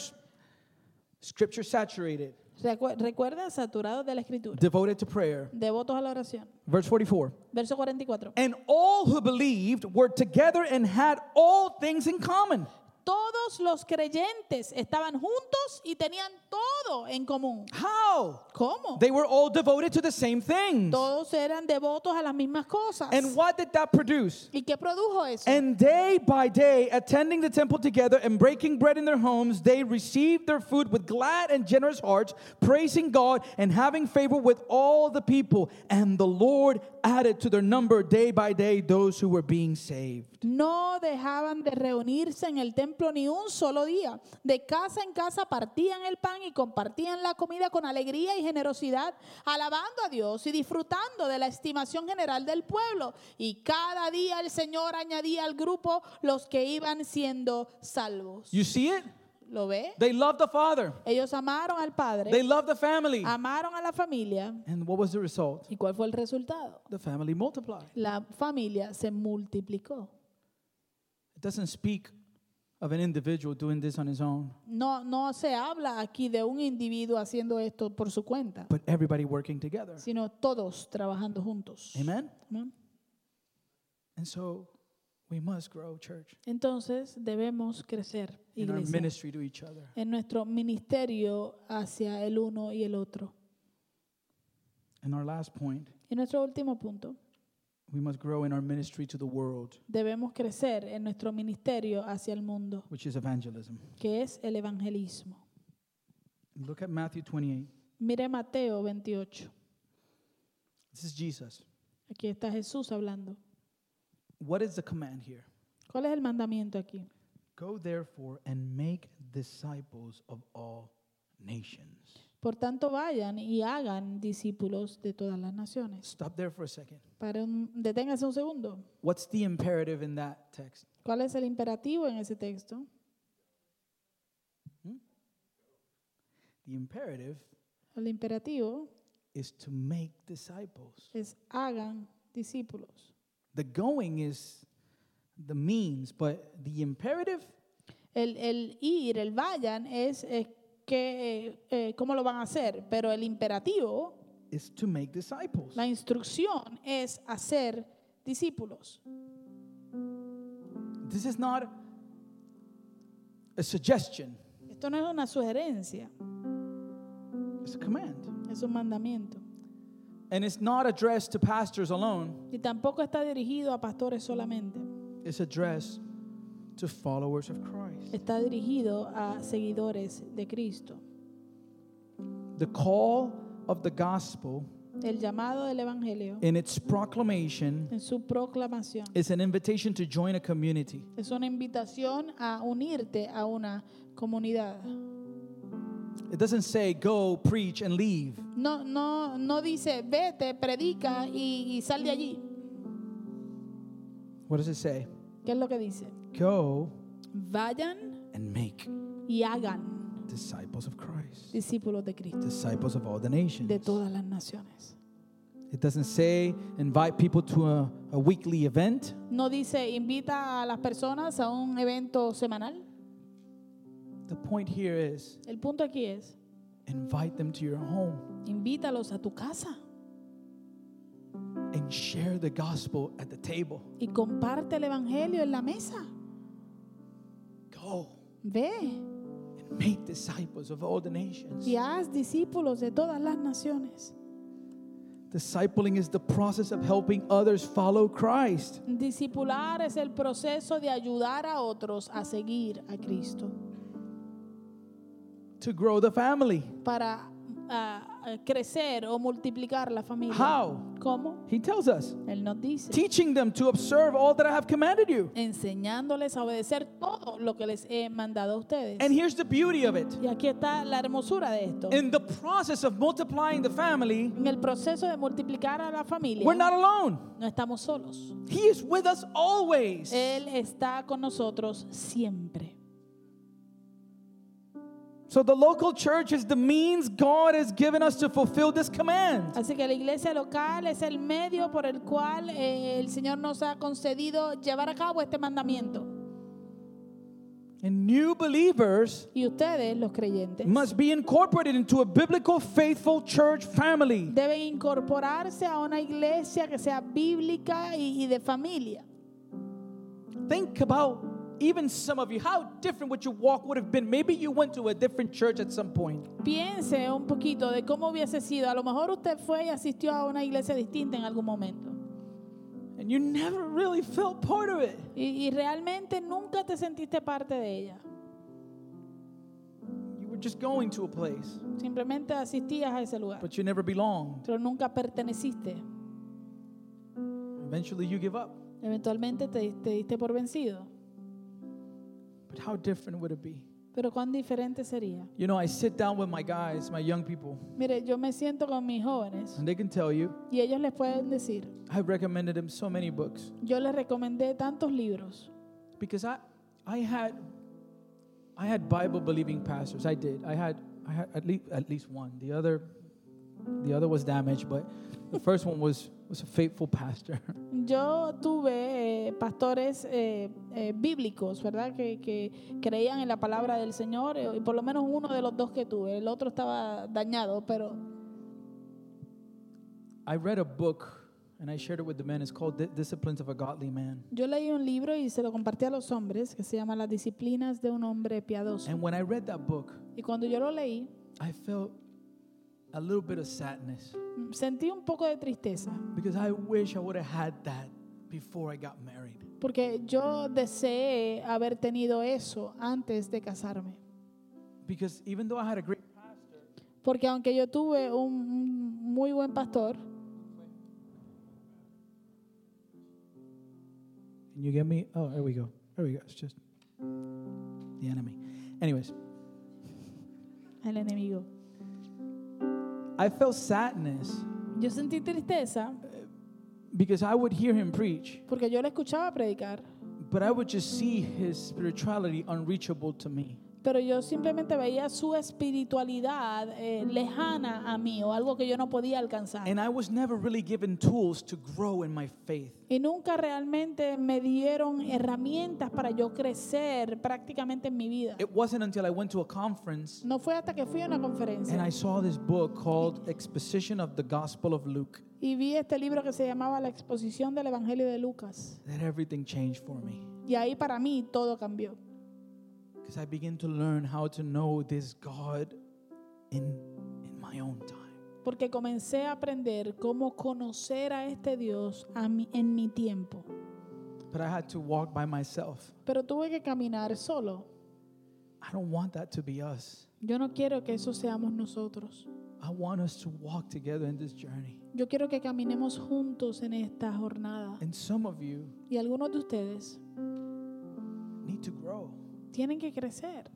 Scripture saturated, Recu- recuerda, saturados de la escritura, devoted to prayer. devotos a la oración. Verse 44. Verso 44. And all who believed were together and had all things in common. Todos los creyentes estaban juntos y tenían todo en común. How? ¿Cómo? They were all devoted to the same things. Todos eran devotos a las mismas cosas. And what did that produce? ¿Y qué produjo eso? And day by day, attending the temple together and breaking bread in their homes, they received their food with glad and generous hearts, praising God and having favor with all the people. And the Lord added to their number day by day those who were being saved. No dejaban de reunirse en el templo ni un solo día. De casa en casa partían el pan y compartían la comida con alegría y generosidad, alabando a Dios y disfrutando de la estimación general del pueblo. Y cada día el Señor añadía al grupo los que iban siendo salvos. You see it? ¿Lo ve? They loved the Father, Ellos amaron al they Padre, loved the family. amaron a la familia. And what was the result? ¿Y cuál fue el resultado? The family multiplied. La familia se multiplicó. It doesn't speak of an individual doing this on his own, No, no se habla aquí de un individuo haciendo esto por su cuenta, but everybody working together. sino todos trabajando juntos. Amen? Amén. And so we must grow, church. Entonces debemos crecer, in our iglesia, ministry to each other. en nuestro ministerio hacia el uno y el otro. And our last point, Y nuestro último punto, we must grow in our ministry to the world, debemos crecer en nuestro ministerio hacia el mundo, which is evangelism. que es el evangelismo. Look at Matthew 28. Mire Mateo 28. This is Jesus. Aquí está Jesús hablando. What is the command here? ¿Cuál es el mandamiento aquí? Go therefore and make disciples of all nations. Por tanto, vayan y hagan discípulos de todas las naciones. Stop there for a second. Para un- deténgase un segundo. What's the imperative in that text? ¿Cuál es el imperativo en ese texto? The imperative El imperativo is to make disciples. es hagan discípulos. The going is the means, but the imperative El, el ir, el vayan es, es que, eh, eh, cómo lo van a hacer, pero el imperativo, is to make disciples. la instrucción es hacer discípulos. This is not a suggestion, Esto no es una sugerencia, it's a command. es un mandamiento. And it's not addressed to pastors alone, Y tampoco está dirigido a pastores solamente, it's addressed to followers of Christ. está dirigido a seguidores de Cristo. The call of the gospel El llamado del Evangelio in its proclamation en su proclamación is an invitation to join a community. es una invitación a unirte a una comunidad. It doesn't say go, preach, and leave. No, no, no dice vete, predica y, y sal de allí. What does it say? ¿Qué es lo que dice? Go Vayan and make y hagan disciples of Christ, discípulos de Cristo disciples of all the nations. de todas las naciones. It doesn't say invite people to a, a weekly event. No dice invita a las personas a un evento semanal. The point here is El punto aquí es invite them to your home invítalos a tu casa and share the gospel at the table. y comparte el evangelio en la mesa. Go Ve and make disciples of all the nations. y haz discípulos de todas las naciones. Discipling is the process of helping others follow Christ. Discipular es el proceso de ayudar a otros a seguir a Cristo to grow the family. para ah, ah, crecer o multiplicar la familia. How? ¿Cómo? He tells us, Él nos dice, teaching them to observe all that I have commanded you. enseñándoles a obedecer todo lo que les he mandado a ustedes. And here's the beauty of it. y aquí está la hermosura de esto. In the process of multiplying the family, en el proceso de multiplicar a la familia, we're not alone. no estamos solos. He is with us always. Él está con nosotros siempre. So the local church is the means God has given us to fulfill this command. Así que la iglesia local es el medio por el cual eh, el Señor nos ha concedido llevar a cabo este mandamiento. And new believers Y ustedes, los creyentes, must be incorporated into a biblical faithful church family. deben incorporarse a una iglesia que sea bíblica y, y de familia. Think about even some of you how different what your walk would have been. Maybe you went to a different church at some point. Piense un poquito de cómo hubiese sido. A lo mejor usted fue y asistió a una iglesia distinta en algún momento. and you never really felt part of it. Y, y realmente nunca te sentiste parte de ella. You were just going to a place, Simplemente asistías a ese lugar, but you never belonged. pero nunca perteneciste. Eventually, you give up. Eventualmente te, te diste por vencido. But how different would it be? Pero cuán diferente sería. You know, I sit down with my guys, my young people, Mire, yo me siento con mis jóvenes and they can tell you y ellos les pueden decir, I've recommended them so many books yo les recomendé tantos libros because I, I had, I had Bible-believing pastors. I did. I had, I had at least at least one. The other, the other was damaged, but the first one was was a faithful pastor. *laughs* Yo tuve eh, pastores eh, eh, bíblicos, ¿verdad? Que, que creían en la palabra del Señor, eh, y por lo menos uno de los dos que tuve, el otro estaba dañado, pero I read a book and I shared it with the men. It's called Di- Disciplines of a Godly Man. yo leí un libro y se lo compartí a los hombres, que se llama Las disciplinas de un hombre piadoso. And when I read that book, Y cuando yo lo leí, I felt a little bit of sadness mm, sentí un poco de tristeza, because I wish I would have had that before I got married. porque yo deseé haber tenido eso antes de casarme. Because even though I had a great pastor, Porque aunque yo tuve un- un muy buen pastor, and you get me? Oh, there we go. There we go. It's just the enemy. Anyways, el enemigo. I felt sadness Yo sentí tristeza because I would hear him preach, porque yo le escuchaba predicar, but I would just see his spirituality unreachable to me. pero yo simplemente veía su espiritualidad eh, lejana a mí o algo que yo no podía alcanzar. And I was never really given tools to grow in my faith. Y nunca realmente me dieron herramientas para yo crecer prácticamente en mi vida. It wasn't until I went to a conference No fue hasta que fui a una and conferencia I saw this book called Exposition of the Gospel of Luke y vi este libro que se llamaba La exposición del Evangelio de Lucas. that everything changed for me. Y ahí para mí todo cambió. Because I began to learn how to know this God in, in my own time. Porque comencé a aprender cómo conocer a este Dios a mi- en mi tiempo. But I had to walk by myself. Pero tuve que caminar solo. I don't want that to be us. Yo no quiero que eso seamos nosotros. I want us to walk together in this journey. Yo quiero que caminemos juntos en esta jornada. And some of you Y algunos de ustedes need to grow, tienen que crecer.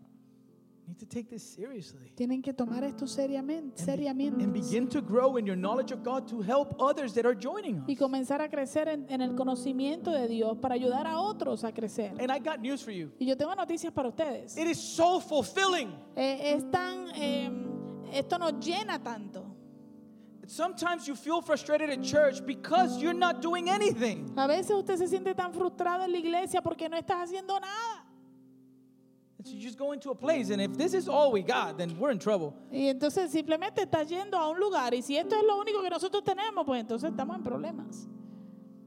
need to take this seriously. Tienen que tomar esto seriamente, And be- And seriamente. begin to grow in your knowledge of God to help others that are joining Y us. comenzar a crecer en, en el conocimiento de Dios para ayudar a otros a crecer. And I got news for you. Y yo tengo noticias para ustedes. It is so fulfilling. Eh, es tan, eh, esto nos llena tanto. Sometimes you feel frustrated at church because you're not doing anything. A veces usted se siente tan frustrado en la iglesia porque no estás haciendo nada. And so you just go into a place, and if this is all we got, then we're in trouble. Y entonces simplemente estás yendo a un lugar y si esto es lo único que nosotros tenemos, pues entonces estamos en problemas.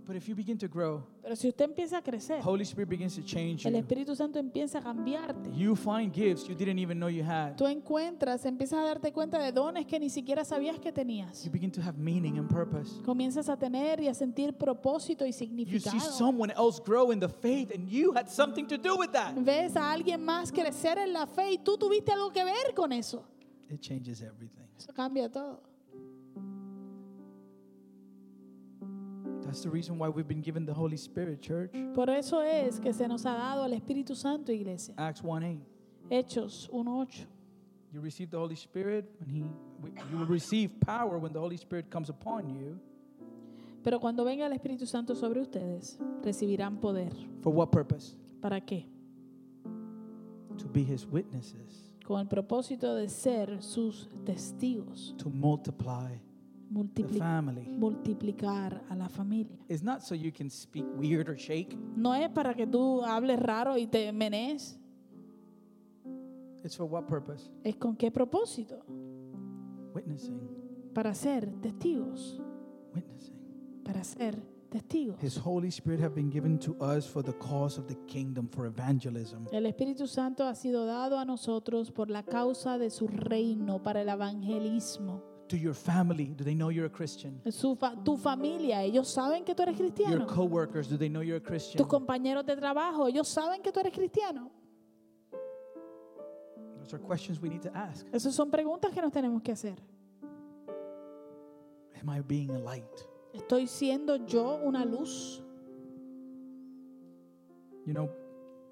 But if you begin to grow, Pero si usted empieza a crecer, Holy Spirit begins to change el you. Espíritu Santo empieza a cambiarte. You find gifts you didn't even know you had. Tú encuentras, empiezas a darte cuenta de dones que ni siquiera sabías que tenías. You begin to have meaning and purpose. Comienzas a tener y a sentir propósito y You see significado. someone else grow in the faith, and you had something to do with that. Ves a alguien más crecer en la fe y tú tuviste algo que ver con eso. It changes everything. Eso cambia todo. That's the reason why we've been given the Holy Spirit, church. Por eso es que se nos ha dado el Espíritu Santo, iglesia. Acts 1 8. Hechos 1.8. You receive the Holy Spirit when He, you will receive power when the Holy Spirit comes upon you. Pero cuando venga el Espíritu Santo sobre ustedes, recibirán poder. For what purpose? ¿Para qué? To be His witnesses, Con el propósito de ser sus testigos, to multiply the multipli- family. multiplicar a la familia. It's not so you can speak weird or shake, No es para que tú hables raro y te menees. it's for what purpose? Es con qué propósito? Witnessing, Para ser testigos. witnessing. Para ser testigos. His Holy Spirit have been given to us for the cause of the kingdom, for evangelism. El Espíritu Santo ha sido dado a nosotros por la causa de su reino, para el evangelismo. To your family, do they know you're a Christian? Su fa- tu familia, ellos saben que tú eres Your cristiano. coworkers, do they know you're a Christian? Tus compañeros de trabajo, ellos saben que tú eres cristiano. Those are questions we need to ask. Esas son preguntas que nos tenemos que hacer. Am I being a light? ¿Estoy siendo yo una luz? You know,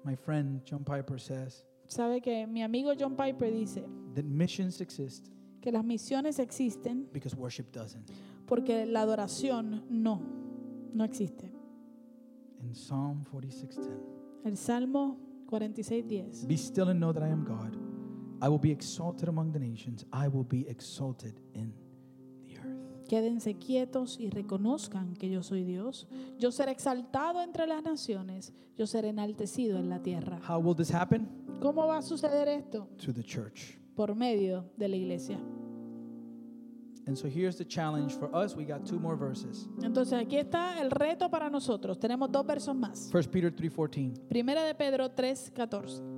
my friend John Piper says Sabe que mi amigo John Piper dice that missions exist que las misiones existen because worship doesn't. porque la adoración no, no existe. In Psalm 46:10, El Salmo 46.10. be still and know that I am God. I will be exalted among the nations. I will be exalted in the earth. Quédense quietos y reconozcan que yo soy Dios. Yo seré exaltado entre las naciones. Yo seré enaltecido en la tierra. How will this happen? ¿Cómo va a suceder esto? Through the church. Por medio de la iglesia. And so here's the challenge for us. We got two more verses. Entonces aquí está el reto para nosotros. Tenemos dos versos más. 1 Peter 3:14. Primera de Pedro 3:14.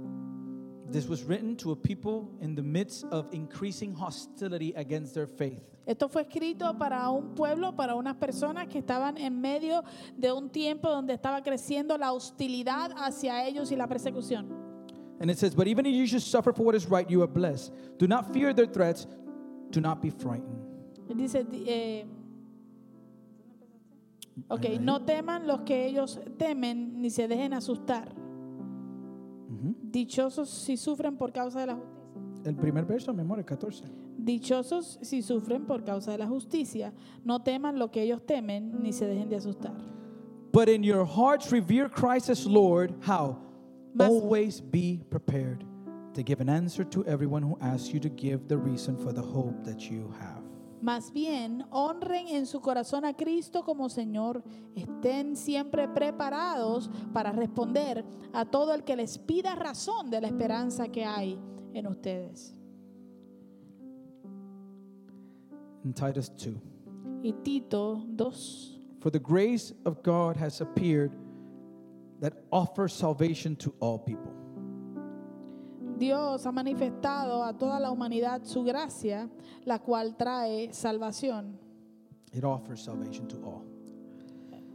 This was written to a people in the midst of increasing hostility against their faith. Esto fue escrito para un pueblo, para unas personas que estaban en medio de un tiempo donde estaba creciendo la hostilidad hacia ellos y la persecución. And it says, But even if you should suffer for what is right, you are blessed. Do not fear their threats, do not be frightened. Dice, di- eh, ok, no teman los que ellos temen, ni se dejen asustar. Mhm. Dichosos si sufren por causa de la justicia. El primer verso, mi amor, el 14. Dichosos si sufren por causa de la justicia. No teman lo que ellos temen, ni se dejen de asustar. But in your hearts revere Christ as Lord. How? Mas- Always be prepared to give an answer to everyone who asks you to give the reason for the hope that you have. Más bien, honren en su corazón a Cristo como Señor. Estén siempre preparados para responder a todo el que les pida razón de la esperanza que hay en ustedes. In Titus 2. Y Tito 2. For the grace of God has appeared that offers salvation to all people. Dios ha manifestado a toda la humanidad su gracia, la cual trae salvación. It offers salvation to all.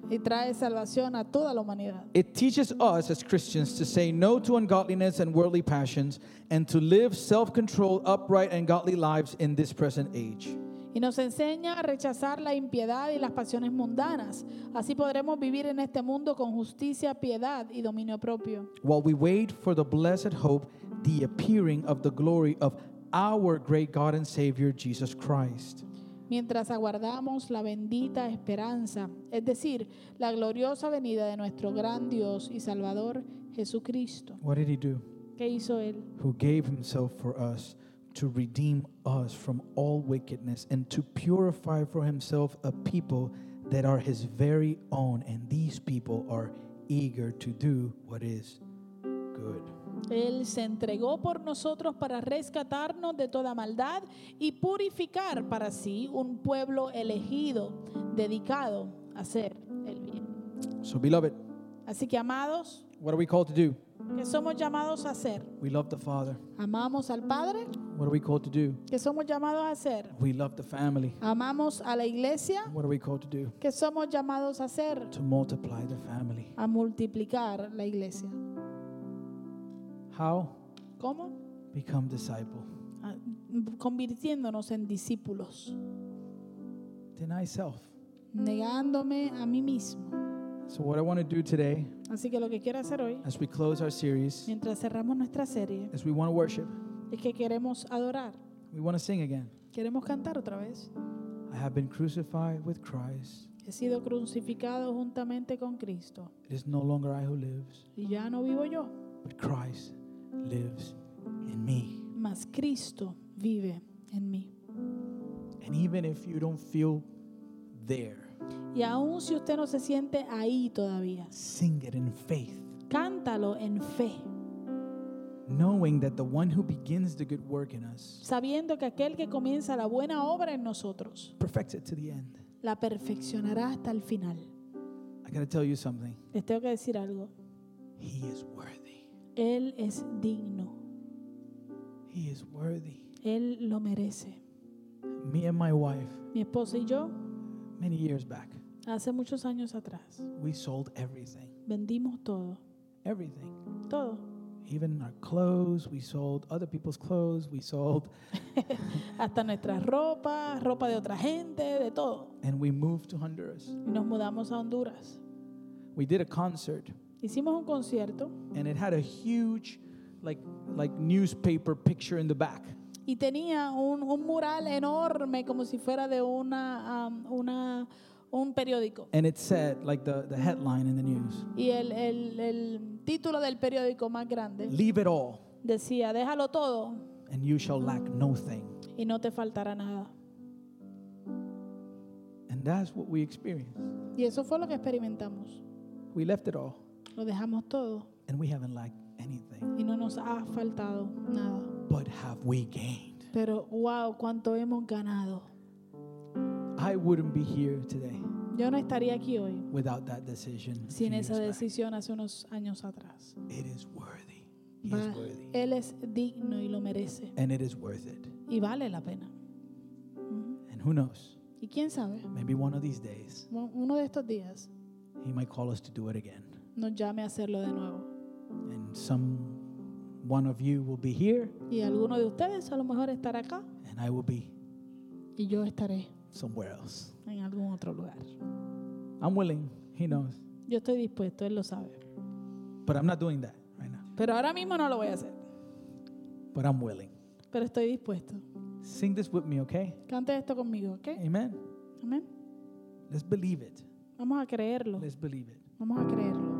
Y trae salvación a toda la humanidad. It teaches us as Christians to say no to ungodliness and worldly passions and to live self controlled, upright, and godly lives in this present age. Y nos enseña a rechazar la impiedad y las pasiones mundanas. Así podremos vivir en este mundo con justicia, piedad y dominio propio. While we wait for the blessed hope, the appearing of the glory of our great God and Savior, Jesus Christ. Mientras aguardamos la bendita esperanza, es decir, la gloriosa venida de nuestro gran Dios y Salvador Jesucristo. What did he do? ¿Qué hizo Él? who gave himself for us to redeem us from all wickedness and to purify for himself a people that are his very own. And these people are eager to do what is good. Él se entregó por nosotros para rescatarnos de toda maldad y purificar para sí un pueblo elegido, dedicado a hacer el bien. So, beloved, Así que, amados, what are we called to do? que somos llamados a hacer? We love the Father. Amamos al Padre, What are we called to do? que somos llamados a hacer. We love the family. Amamos a la iglesia, What are we called to do? que somos llamados a hacer. To multiply the family. A multiplicar la iglesia. How? ¿Cómo? Become disciple. Ah, Convirtiéndonos en discípulos, Deny self. negándome a mí mismo. So, what I want to do today, Así que lo que quiero hacer hoy as we close our series, Mientras cerramos nuestra serie, is we want to worship. es que queremos adorar, We want to sing again. queremos cantar otra vez. I have been crucified with Christ. He sido crucificado juntamente con Cristo It is no longer I who lives, y ya no vivo yo, but Christ lives in me. mas Cristo vive en mí. And even if you don't feel there, Y aun si usted no se siente ahí todavía, sing it in faith, cántalo en fe, knowing that the one who begins the good work in us sabiendo que aquel que comienza la buena obra en nosotros perfects it to the end. la perfeccionará hasta el final. I gotta tell you something. Les tengo que decir algo, He is worthy. Él es digno, He is worthy. Él lo merece. Me and my wife, Mi esposa y yo, many years back, hace muchos años atrás, we sold everything. Vendimos todo, Everything. todo. Even our clothes, we sold other people's clothes, we sold, Hasta nuestras ropas, ropa de otra gente, de todo. and we moved to Honduras. Y nos mudamos a Honduras. we did a concert Hicimos un concierto and it had a huge like like newspaper picture in the back y tenía un, un mural enorme como si fuera de una, am, una, un periódico. and it said like the, the headline in the news Y el, el- el título del periódico más grande leave it all decía, déjalo todo and you shall lack no thing y no te faltará nada. and that's what we experienced Y eso fue lo que experimentamos. we left it all Lo dejamos todo and we haven't lacked anything y no nos ha faltado nada. but have we gained Pero wow, cuánto hemos ganado. i wouldn't be here today Yo no estaría aquí hoy without that decision a few sin esa years back. decisión hace unos años atrás. it is worthy he Va- is worthy él es digno y lo merece and it is worth it y vale la pena. and who knows Y quién sabe, maybe one of these days u- uno de estos días he might call us to do it again nos llame a hacerlo de nuevo. And some one of you will be here, Y alguno de ustedes a lo mejor estará acá and I will be y yo estaré somewhere else. en algún otro lugar. I'm willing, he knows, Yo estoy dispuesto, él lo sabe. but I'm not doing that right now. Pero ahora mismo no lo voy a hacer. but I'm willing. Pero estoy dispuesto. Sing this with me, okay? Cante esto conmigo, ¿ok? Amen. Amén. Let's believe it. Vamos a creerlo. Let's believe it. Vamos a creerlo.